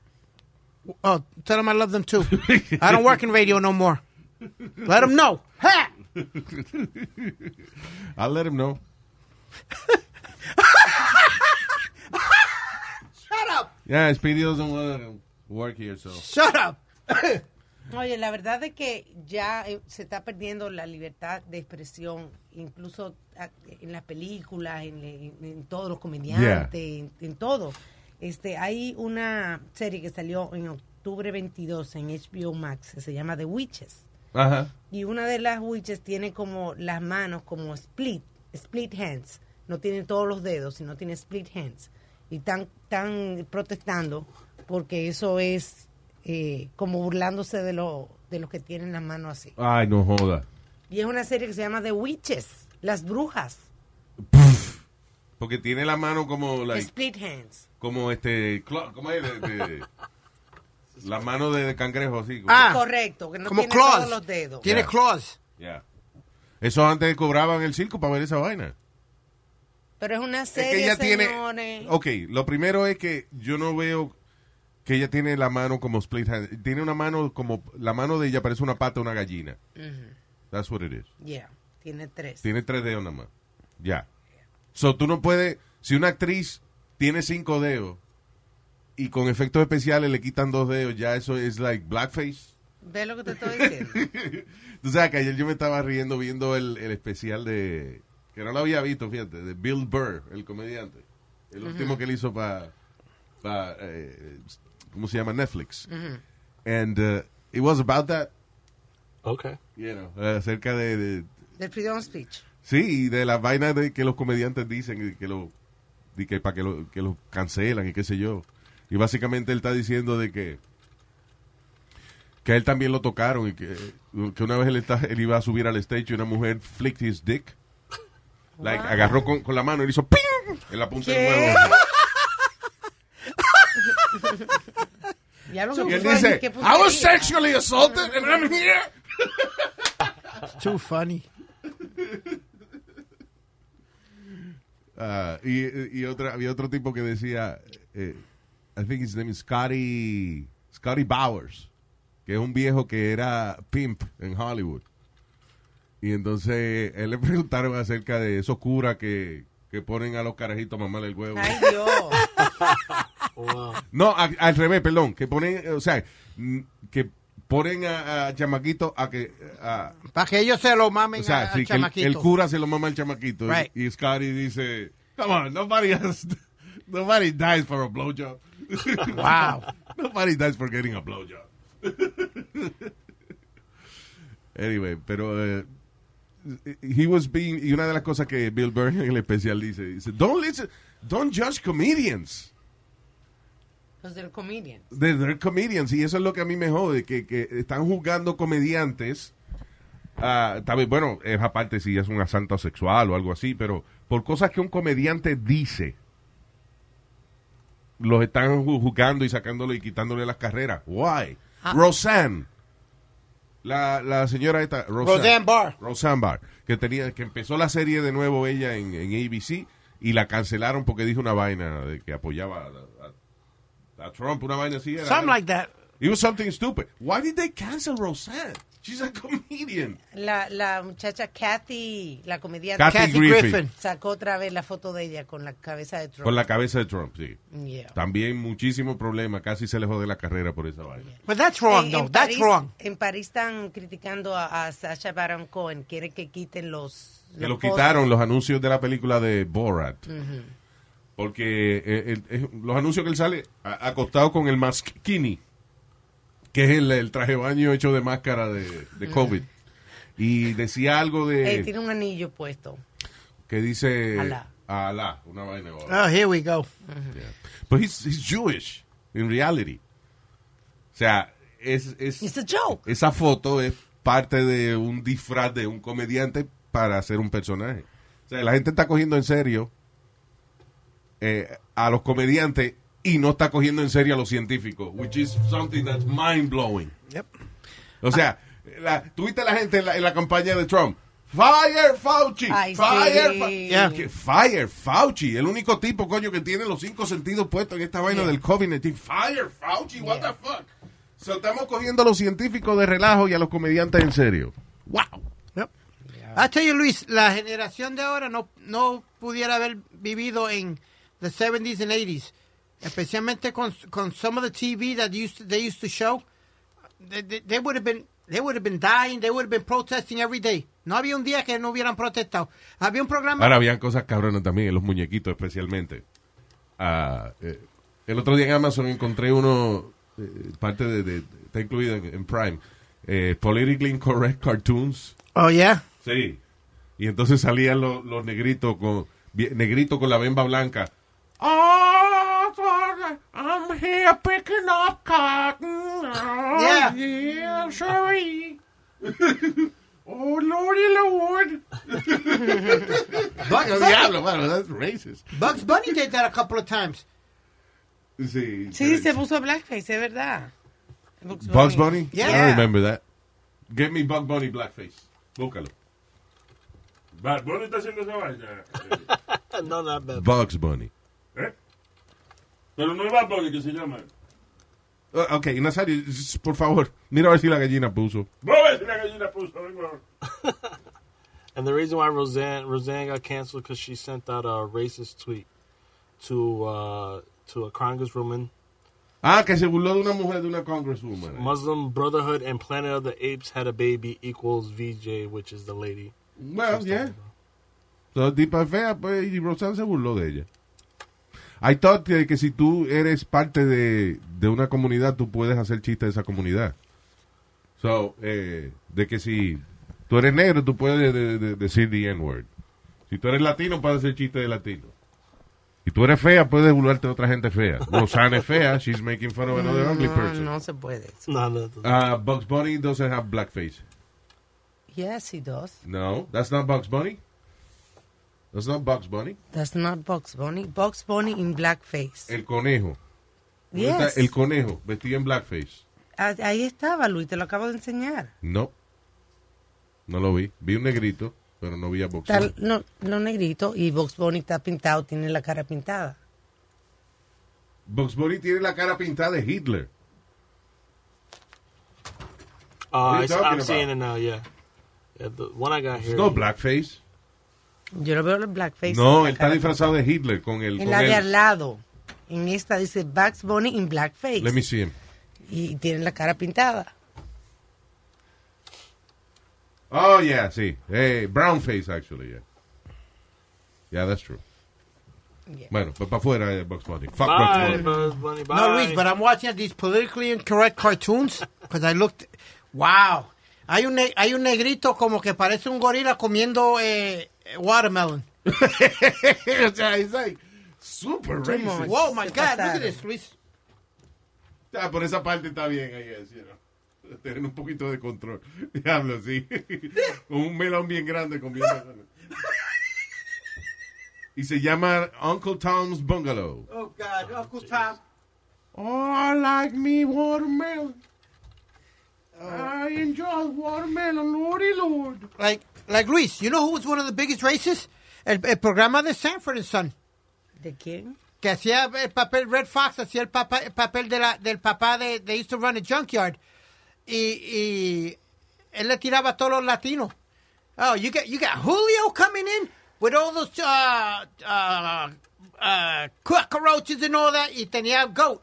Speaker 8: Oh, tell them I love them too. I don't work in radio no more. Let them know. Ha!
Speaker 6: I'll let him know.
Speaker 8: Shut up.
Speaker 6: Yeah, Speedy doesn't want to work here, so.
Speaker 8: Shut up.
Speaker 9: Oye, la verdad es que ya eh, se está perdiendo la libertad de expresión, incluso ah, en las películas, en, en- en todos los comediantes, en, en todo. Este, hay una serie que salió en octubre 22 en HBO Max, que se llama The Witches.
Speaker 6: Ajá.
Speaker 9: Y una de las witches tiene como las manos como split, split hands. No tiene todos los dedos, sino tiene split hands. Y están, están protestando porque eso es eh, como burlándose de, lo, de los que tienen las manos así.
Speaker 6: Ay, no joda.
Speaker 9: Y es una serie que se llama The Witches, las brujas,
Speaker 6: Porque tiene la mano como, like,
Speaker 9: split hands.
Speaker 6: como este, clo- ¿cómo es? De- de- la mano de, de cangrejo, así. como-
Speaker 8: Ah.
Speaker 9: Correcto, que no
Speaker 8: Como
Speaker 9: tiene
Speaker 8: claws.
Speaker 9: todos los dedos.
Speaker 8: Tiene
Speaker 6: Yeah.
Speaker 8: claws.
Speaker 6: Yeah. Eso antes cobraban el circo para ver esa vaina.
Speaker 9: Pero es una
Speaker 6: Es que
Speaker 9: serie,
Speaker 6: ella
Speaker 9: señores.
Speaker 6: tiene. Oh. Ok, lo primero es que yo no veo que ella tiene la mano como split hand. Tiene una mano como. La mano de ella parece una pata de una gallina. That's what it is.
Speaker 9: Yeah, tiene tres.
Speaker 6: Tiene tres dedos nada más. Ya. So tú no puedes. Si una actriz tiene cinco dedos y con efectos especiales le quitan dos dedos, ya eso es like blackface.
Speaker 9: ¿Ves lo que te estoy diciendo?
Speaker 6: Tú sabes que ayer yo me estaba riendo viendo el, el especial de. que no lo había visto, fíjate, de Bill Burr, el comediante. El último que él hizo para. ¿Cómo se llama? Netflix. And uh, it was about that,
Speaker 1: Okay.
Speaker 6: you know, acerca de- de
Speaker 9: Del freedom of speech.
Speaker 6: Sí, y de las vainas de que los comediantes dicen y que lo y que para que lo, que lo cancelan y qué sé yo. Y básicamente él está diciendo de que Que a él también lo tocaron y que, que una vez él, está- él iba a subir al stage y una mujer flicked his dick. Like, agarró con, con la mano y le hizo ¡ping! en la punta del
Speaker 9: ¿Qué?
Speaker 6: huevo.
Speaker 9: Ya lo que
Speaker 6: Y él
Speaker 9: fue,
Speaker 6: dice,
Speaker 9: qué
Speaker 6: I was
Speaker 9: puntería.
Speaker 6: sexually assaulted and I'm here.
Speaker 2: Too funny.
Speaker 6: Ah, y, y otra, había otro tipo que decía, eh, I think his name is Scotty, Scotty Bowers, que es un viejo que era pimp en Hollywood. Y entonces él le preguntaron acerca de esos curas que, que ponen a los carajitos a mamarle el huevo.
Speaker 9: Ay, Dios.
Speaker 6: No, a- al revés, perdón, que ponen, eh, o sea, mm, que ponen a, a chamaquitos a que... a-
Speaker 2: Para que ellos se lo mamen
Speaker 6: o sea, sí,
Speaker 2: a- al
Speaker 6: que el,
Speaker 2: chamaquito.
Speaker 6: el cura se lo mama al chamaquito.
Speaker 2: Right.
Speaker 6: Y Scotty dice, come on, nobody, has, nobody dies for a blowjob.
Speaker 2: Wow.
Speaker 6: Nobody dies for getting a blowjob. anyway, pero eh, he was being y una de las cosas que Bill Burr en el especial dice, dice, don't listen, don't judge comedians.
Speaker 9: Los del comedian.
Speaker 6: They're, they're comedians y eso es lo que a mí me jode, que, que están juzgando comediantes. ah, tal vez, bueno, es aparte si es un asalto sexual o algo así, pero por cosas que un comediante dice, los están ju- juzgando y sacándole y quitándole las carreras. Why?
Speaker 2: Ah.
Speaker 6: Roseanne. La, la señora esta, Roseanne,
Speaker 2: Roseanne Barr.
Speaker 6: Roseanne Barr, que, tenía, que empezó la serie de nuevo ella en, en ABC y la cancelaron porque dijo una vaina de que apoyaba a, a- a Trump, una vaina así. era-
Speaker 2: Something like that.
Speaker 6: It was something stupid. Why did they cancel Roseanne? She's a comedian.
Speaker 9: La, la muchacha Kathy, la comediante,
Speaker 6: Kathy
Speaker 2: Kathy
Speaker 6: Griffin.
Speaker 2: Griffin.
Speaker 9: sacó otra vez la foto de ella con la cabeza de Trump.
Speaker 6: Con la cabeza de Trump, sí.
Speaker 9: Yeah.
Speaker 6: También muchísimo problema. Casi se le jode la carrera por esa vaina.
Speaker 2: But that's wrong,
Speaker 9: En-
Speaker 2: though.
Speaker 9: en
Speaker 2: That's
Speaker 9: París-
Speaker 2: wrong.
Speaker 9: En París están criticando a, a Sacha Baron Cohen. Quieren que quiten los.
Speaker 6: Que lo
Speaker 9: los posts.
Speaker 6: quitaron los anuncios de la película de Borat. Porque eh, el- eh, los anuncios que él sale a- acostado con el maskini, que es el, el traje de baño hecho de máscara de, de COVID. Y decía algo
Speaker 9: Eh,
Speaker 6: de
Speaker 9: tiene un anillo puesto.
Speaker 6: que dice
Speaker 9: Alá.
Speaker 6: Alá, una vaina. o-
Speaker 2: Oh, here we go.
Speaker 6: But he's, he's Jewish, in reality. O sea, es, es-
Speaker 9: It's a joke.
Speaker 6: esa foto es parte de un disfraz de un comediante para hacer un personaje. O sea, la gente está cogiendo en serio eh, a los comediantes y no está cogiendo en serio a los científicos, which is something that's mind-blowing.
Speaker 2: Yep.
Speaker 6: O sea, la, tuviste la gente en la, en la campaña de Trump. Fire Fauci.
Speaker 9: Ay,
Speaker 6: fire,
Speaker 9: sí.
Speaker 6: Fa-
Speaker 2: Yeah.
Speaker 6: Que Fire Fauci. El único tipo, coño, que tiene los cinco sentidos puestos en esta vaina del COVID-19. Fire Fauci. What the fuck. So, estamos cogiendo a los científicos de relajo y a los comediantes en serio. Wow.
Speaker 2: Yep. I tell you, Luis, la generación de ahora no, no pudiera haber vivido en the 70s and 80s, especialmente con, con some of the TV that used to- they used to show. They, they, they would have been they would have been dying, they would have been protesting every day. No había un día que no hubieran protestado. Había un programa
Speaker 6: Ahora habían cosas cabronas también, en los muñequitos especialmente. Ah, eh, el otro día en Amazon encontré uno, eh, parte de, de- está incluido en, en Prime, eh, Politically Incorrect Cartoons.
Speaker 2: Oh yeah.
Speaker 6: Sí. Y entonces salían los, los negritos con vi- negrito con la bemba blanca. Oh, I'm here picking up cotton. Oh,
Speaker 2: Yeah.
Speaker 6: yeah, sorry. oh, Lordy Lord.
Speaker 2: Bugs Bunny,
Speaker 6: Diablo, bueno, that's racist.
Speaker 2: Bugs Bunny did that a couple of times.
Speaker 6: Sí.
Speaker 9: Sí, se puso blackface, es verdad.
Speaker 6: Bugs Bunny?
Speaker 2: Yeah.
Speaker 6: I remember that. Get me Bugs Bunny blackface. Búscalo.
Speaker 10: Bad Bunny está haciendo esa vaina.
Speaker 1: no, not bad.
Speaker 6: Bugs Bunny.
Speaker 10: ¿Eh? Pero no es Bad Bunny que se llama.
Speaker 6: Uh, ok, Nazario, s- por favor, mira a ver si la gallina puso.
Speaker 10: Voy a ver si la gallina puso. vengo ahora.
Speaker 1: And the reason why Roseanne Roseanne got canceled because she sent out a racist tweet to uh, to a congresswoman,
Speaker 6: Ah, que se burló de una mujer, de una congresswoman.
Speaker 1: Muslim Brotherhood and Planet of the Apes had a baby equals VJ, which is the lady.
Speaker 6: Well, yeah. So, tipa fea, pues, y Roseanne se burló de ella. I thought que, que si tú eres parte de, de una comunidad, tú puedes hacer chiste de esa comunidad. So, eh, de que si tú eres negro, tú puedes de- de- de- decir the N-word. Si tú eres latino, puedes hacer chiste de latino. Y tú eres fea, puedes burlarte de otra gente fea. Rosanne es fea, she's making fun of another ugly person.
Speaker 9: No se puede.
Speaker 1: No, no, no.
Speaker 6: Uh, Bugs Bunny doesn't have blackface.
Speaker 9: Yes, he does.
Speaker 6: No, that's not Bugs Bunny. That's not Bugs Bunny.
Speaker 9: That's not Box Bunny. Box Bunny in blackface.
Speaker 6: El conejo. ¿Dónde
Speaker 9: Yes.
Speaker 6: está Eh, El conejo, vestido en blackface.
Speaker 9: Ah, Ahí estaba, Luis, te lo acabo de enseñar.
Speaker 6: No. No lo vi. Vi un negrito, pero no vi a Bugs
Speaker 9: Está,
Speaker 6: Bunny.
Speaker 9: no, no negrito y Box Bunny está pintado, tiene la cara pintada.
Speaker 6: Bugs Bunny tiene la cara pintada de Hitler.
Speaker 1: Uh,
Speaker 6: are you
Speaker 1: it's-
Speaker 6: talking
Speaker 1: I'm seeing
Speaker 6: about?
Speaker 1: it now. Yeah. yeah, the one I got here.
Speaker 6: No blackface.
Speaker 9: Yo no veo el blackface.
Speaker 6: No,
Speaker 9: la
Speaker 6: él está
Speaker 9: cara
Speaker 6: disfrazado de Hitler con el.
Speaker 9: pintada. En
Speaker 6: Con
Speaker 9: la de al
Speaker 6: el
Speaker 9: lado. En esta dice Box Bunny in blackface.
Speaker 6: let me see him.
Speaker 9: Y tiene la cara pintada.
Speaker 6: Oh, yeah, sí. Hey, brown face, actually, yeah. Yeah, that's true.
Speaker 9: Yeah.
Speaker 6: Bueno, pues para afuera eh, Bugs Bunny. Fuck
Speaker 1: Bye,
Speaker 6: Bugs Bunny.
Speaker 1: Bugs Bunny. Bye.
Speaker 8: No, Luis, but I'm watching these politically incorrect cartoons because I looked. Wow. Hay un, ne- hay un negrito como que parece un gorila comiendo eh, watermelon.
Speaker 6: o sea, he's like super racist.
Speaker 8: Wow, my
Speaker 9: Se
Speaker 8: God, look at
Speaker 9: pasaron.
Speaker 8: this, Luis.
Speaker 6: Ah, por esa parte está bien, I guess, you know. Tener un poquito de control. Diablo, sí. Con un melón bien grande comiendo. y se llama Uncle Tom's Bungalow.
Speaker 8: Oh, God, Uncle Tom.
Speaker 6: Oh, I like me watermelon. I enjoy watermelon, lordy lord.
Speaker 8: Like, like Luis, you know who was one of the biggest racists? El, el programa de Sanford and Son,
Speaker 9: ¿De quién?
Speaker 8: que hacía el papel, Red Fox hacía el, papa- el papel de la, del papá de, they used to run a junkyard. Y, y él le tiraba a todos los latinos. Oh, you got, you got Julio coming in with all those uh, uh, uh, cockroaches and all that, y tenía goat.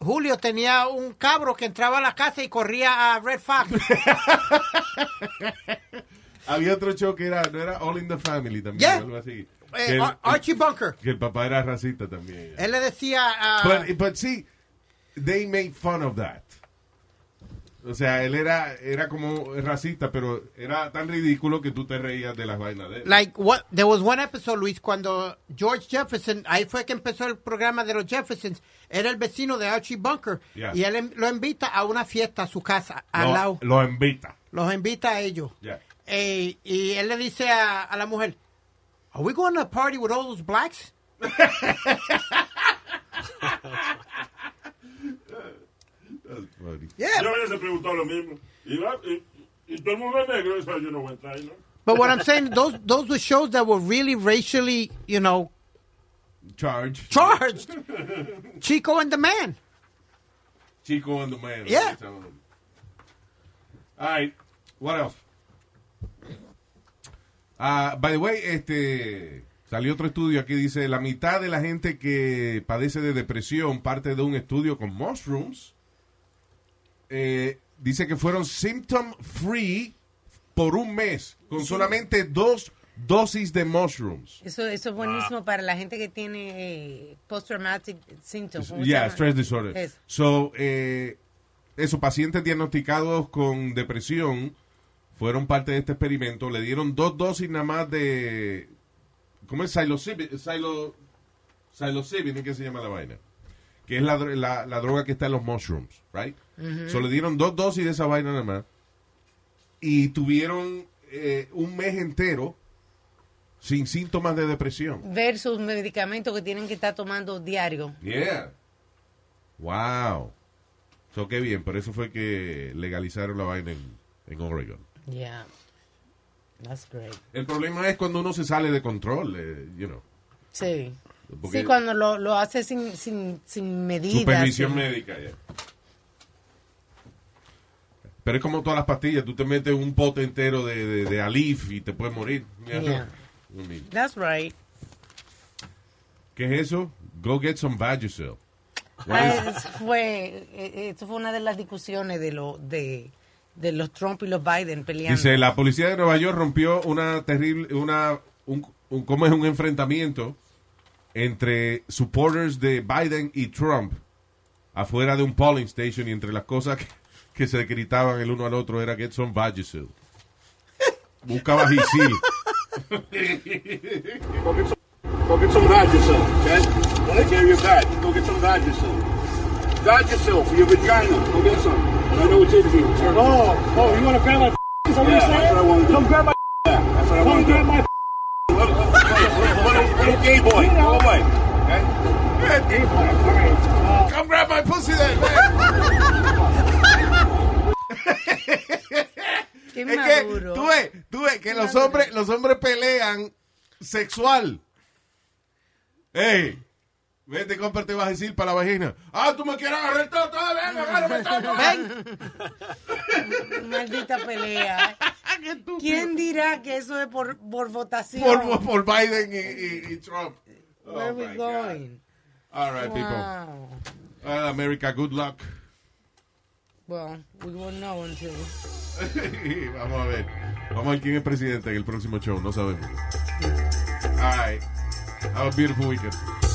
Speaker 8: Julio tenía un cabro que entraba a la casa y corría a Red Fox.
Speaker 6: Había otro show que era, no era All in the Family también,
Speaker 8: Yeah.
Speaker 6: o algo así. que,
Speaker 8: Eh,
Speaker 6: el,
Speaker 8: Ar- Archie Bunker.
Speaker 6: que el papá era racista también.
Speaker 8: Él le decía a...
Speaker 6: But, but see, they made fun of that. O sea, él era, era como racista, pero era tan ridículo que tú te reías de las vainas de él.
Speaker 8: Like, what, there was one episode, Luis, cuando George Jefferson, ahí fue que empezó el programa de los Jeffersons, era el vecino de Archie Bunker,
Speaker 6: Yeah.
Speaker 8: y él em- lo invita a una fiesta a su casa, al
Speaker 6: lo,
Speaker 8: lado,
Speaker 6: lo invita.
Speaker 8: los invita a ellos.
Speaker 6: Yeah.
Speaker 8: Eh, y él le dice a, a la mujer, ¿Are we going to a party with all those blacks?
Speaker 6: That's funny.
Speaker 8: Yeah.
Speaker 10: Yo a veces preguntó lo mismo. Y, va- y- y todo el mundo es negro, eso yo no voy a entrar, ¿no?
Speaker 8: But what I'm saying, those, those were shows that were really racially, you know,
Speaker 6: Charge.
Speaker 8: charged. Chico and the Man.
Speaker 6: Chico and the man.
Speaker 8: Yeah.
Speaker 6: All right. What else? Ah, by the way, este salió otro estudio aquí dice la mitad de la gente que padece de depresión parte de un estudio con mushrooms. Eh, dice que fueron symptom free por un mes con solamente dos dosis de mushrooms.
Speaker 9: Eso, eso es buenísimo para la gente que tiene eh, post-traumatic symptoms. ¿cómo se
Speaker 6: Yeah,
Speaker 9: llama?
Speaker 6: stress disorder.
Speaker 9: Eso.
Speaker 6: So, eh, esos pacientes diagnosticados con depresión fueron parte de este experimento. Le dieron dos dosis nada más de. ¿Cómo es? Psilocybin. Psilo, psilocybin, ¿qué se llama la vaina? Que es la, dro- la, la droga que está en los mushrooms, ¿right? So, le dieron dos dosis de esa vaina nada más. Y tuvieron eh, un mes entero sin síntomas de depresión.
Speaker 9: Versus medicamentos que tienen que estar tomando diario.
Speaker 6: Yeah. Wow. So, qué bien. Por eso fue que legalizaron la vaina en, en Oregon.
Speaker 9: Yeah. That's great.
Speaker 6: El problema es cuando uno se sale de control, eh, you know.
Speaker 9: Sí.
Speaker 6: Porque-
Speaker 9: Sí, cuando lo, lo hace sin, sin, sin medidas.
Speaker 6: Supervisión
Speaker 9: sin-
Speaker 6: médica, ya. Pero es como todas las pastillas. Tú te metes un pote entero de, de, de Alif y te puedes morir. Yeah.
Speaker 9: Yeah.
Speaker 6: I mean,
Speaker 9: That's right.
Speaker 6: ¿Qué es eso? Go get some Vagisil.
Speaker 9: Ah, eso fue, eh, eso fue una de las discusiones de, lo, de, de los Trump y los Biden peleando.
Speaker 6: Dice, la policía de Nueva York rompió una terrible, una, un, un- ¿cómo es? Un enfrentamiento entre supporters de Biden y Trump afuera de un polling station y entre las cosas que, que se gritaban el uno al otro era get some Vagisil. Busca Vagisil.
Speaker 11: Go get some God yourself, okay? When I gave you God, go get some God yourself. God yourself, your vagina, go get some. I know it's in you.
Speaker 12: Oh, oh, you want to grab my is that what you're
Speaker 11: Yeah, that's what I wanna do. Yeah, that's what I
Speaker 12: saying? Come grab my Come
Speaker 11: want to do.
Speaker 12: grab my
Speaker 11: Little, little, little, little gay boy, go away, okay? Yeah, gay boy, all right.
Speaker 6: Come grab my pussy then, man.
Speaker 9: Qué
Speaker 6: es que
Speaker 9: maduro.
Speaker 6: tú ves, tú ves que los hombres, los hombres pelean sexual. Ey, vete, cómprate decir para la vagina. Ah, tú me quieres agarrar todo, todo, ven, agárrame todo.
Speaker 9: Maldita pelea. ¿Quién dirá que eso es por, por votación?
Speaker 6: Por, por Biden y, y- y Trump.
Speaker 9: Where
Speaker 6: Oh,
Speaker 9: we
Speaker 6: my God.
Speaker 9: going?
Speaker 6: All right, people.
Speaker 9: Wow.
Speaker 6: All right, America, good luck.
Speaker 9: Well, we won't know until.
Speaker 6: Vamos a ver. Vamos a ver quién es presidente en el próximo show. No sabemos. All right. Have a beautiful weekend.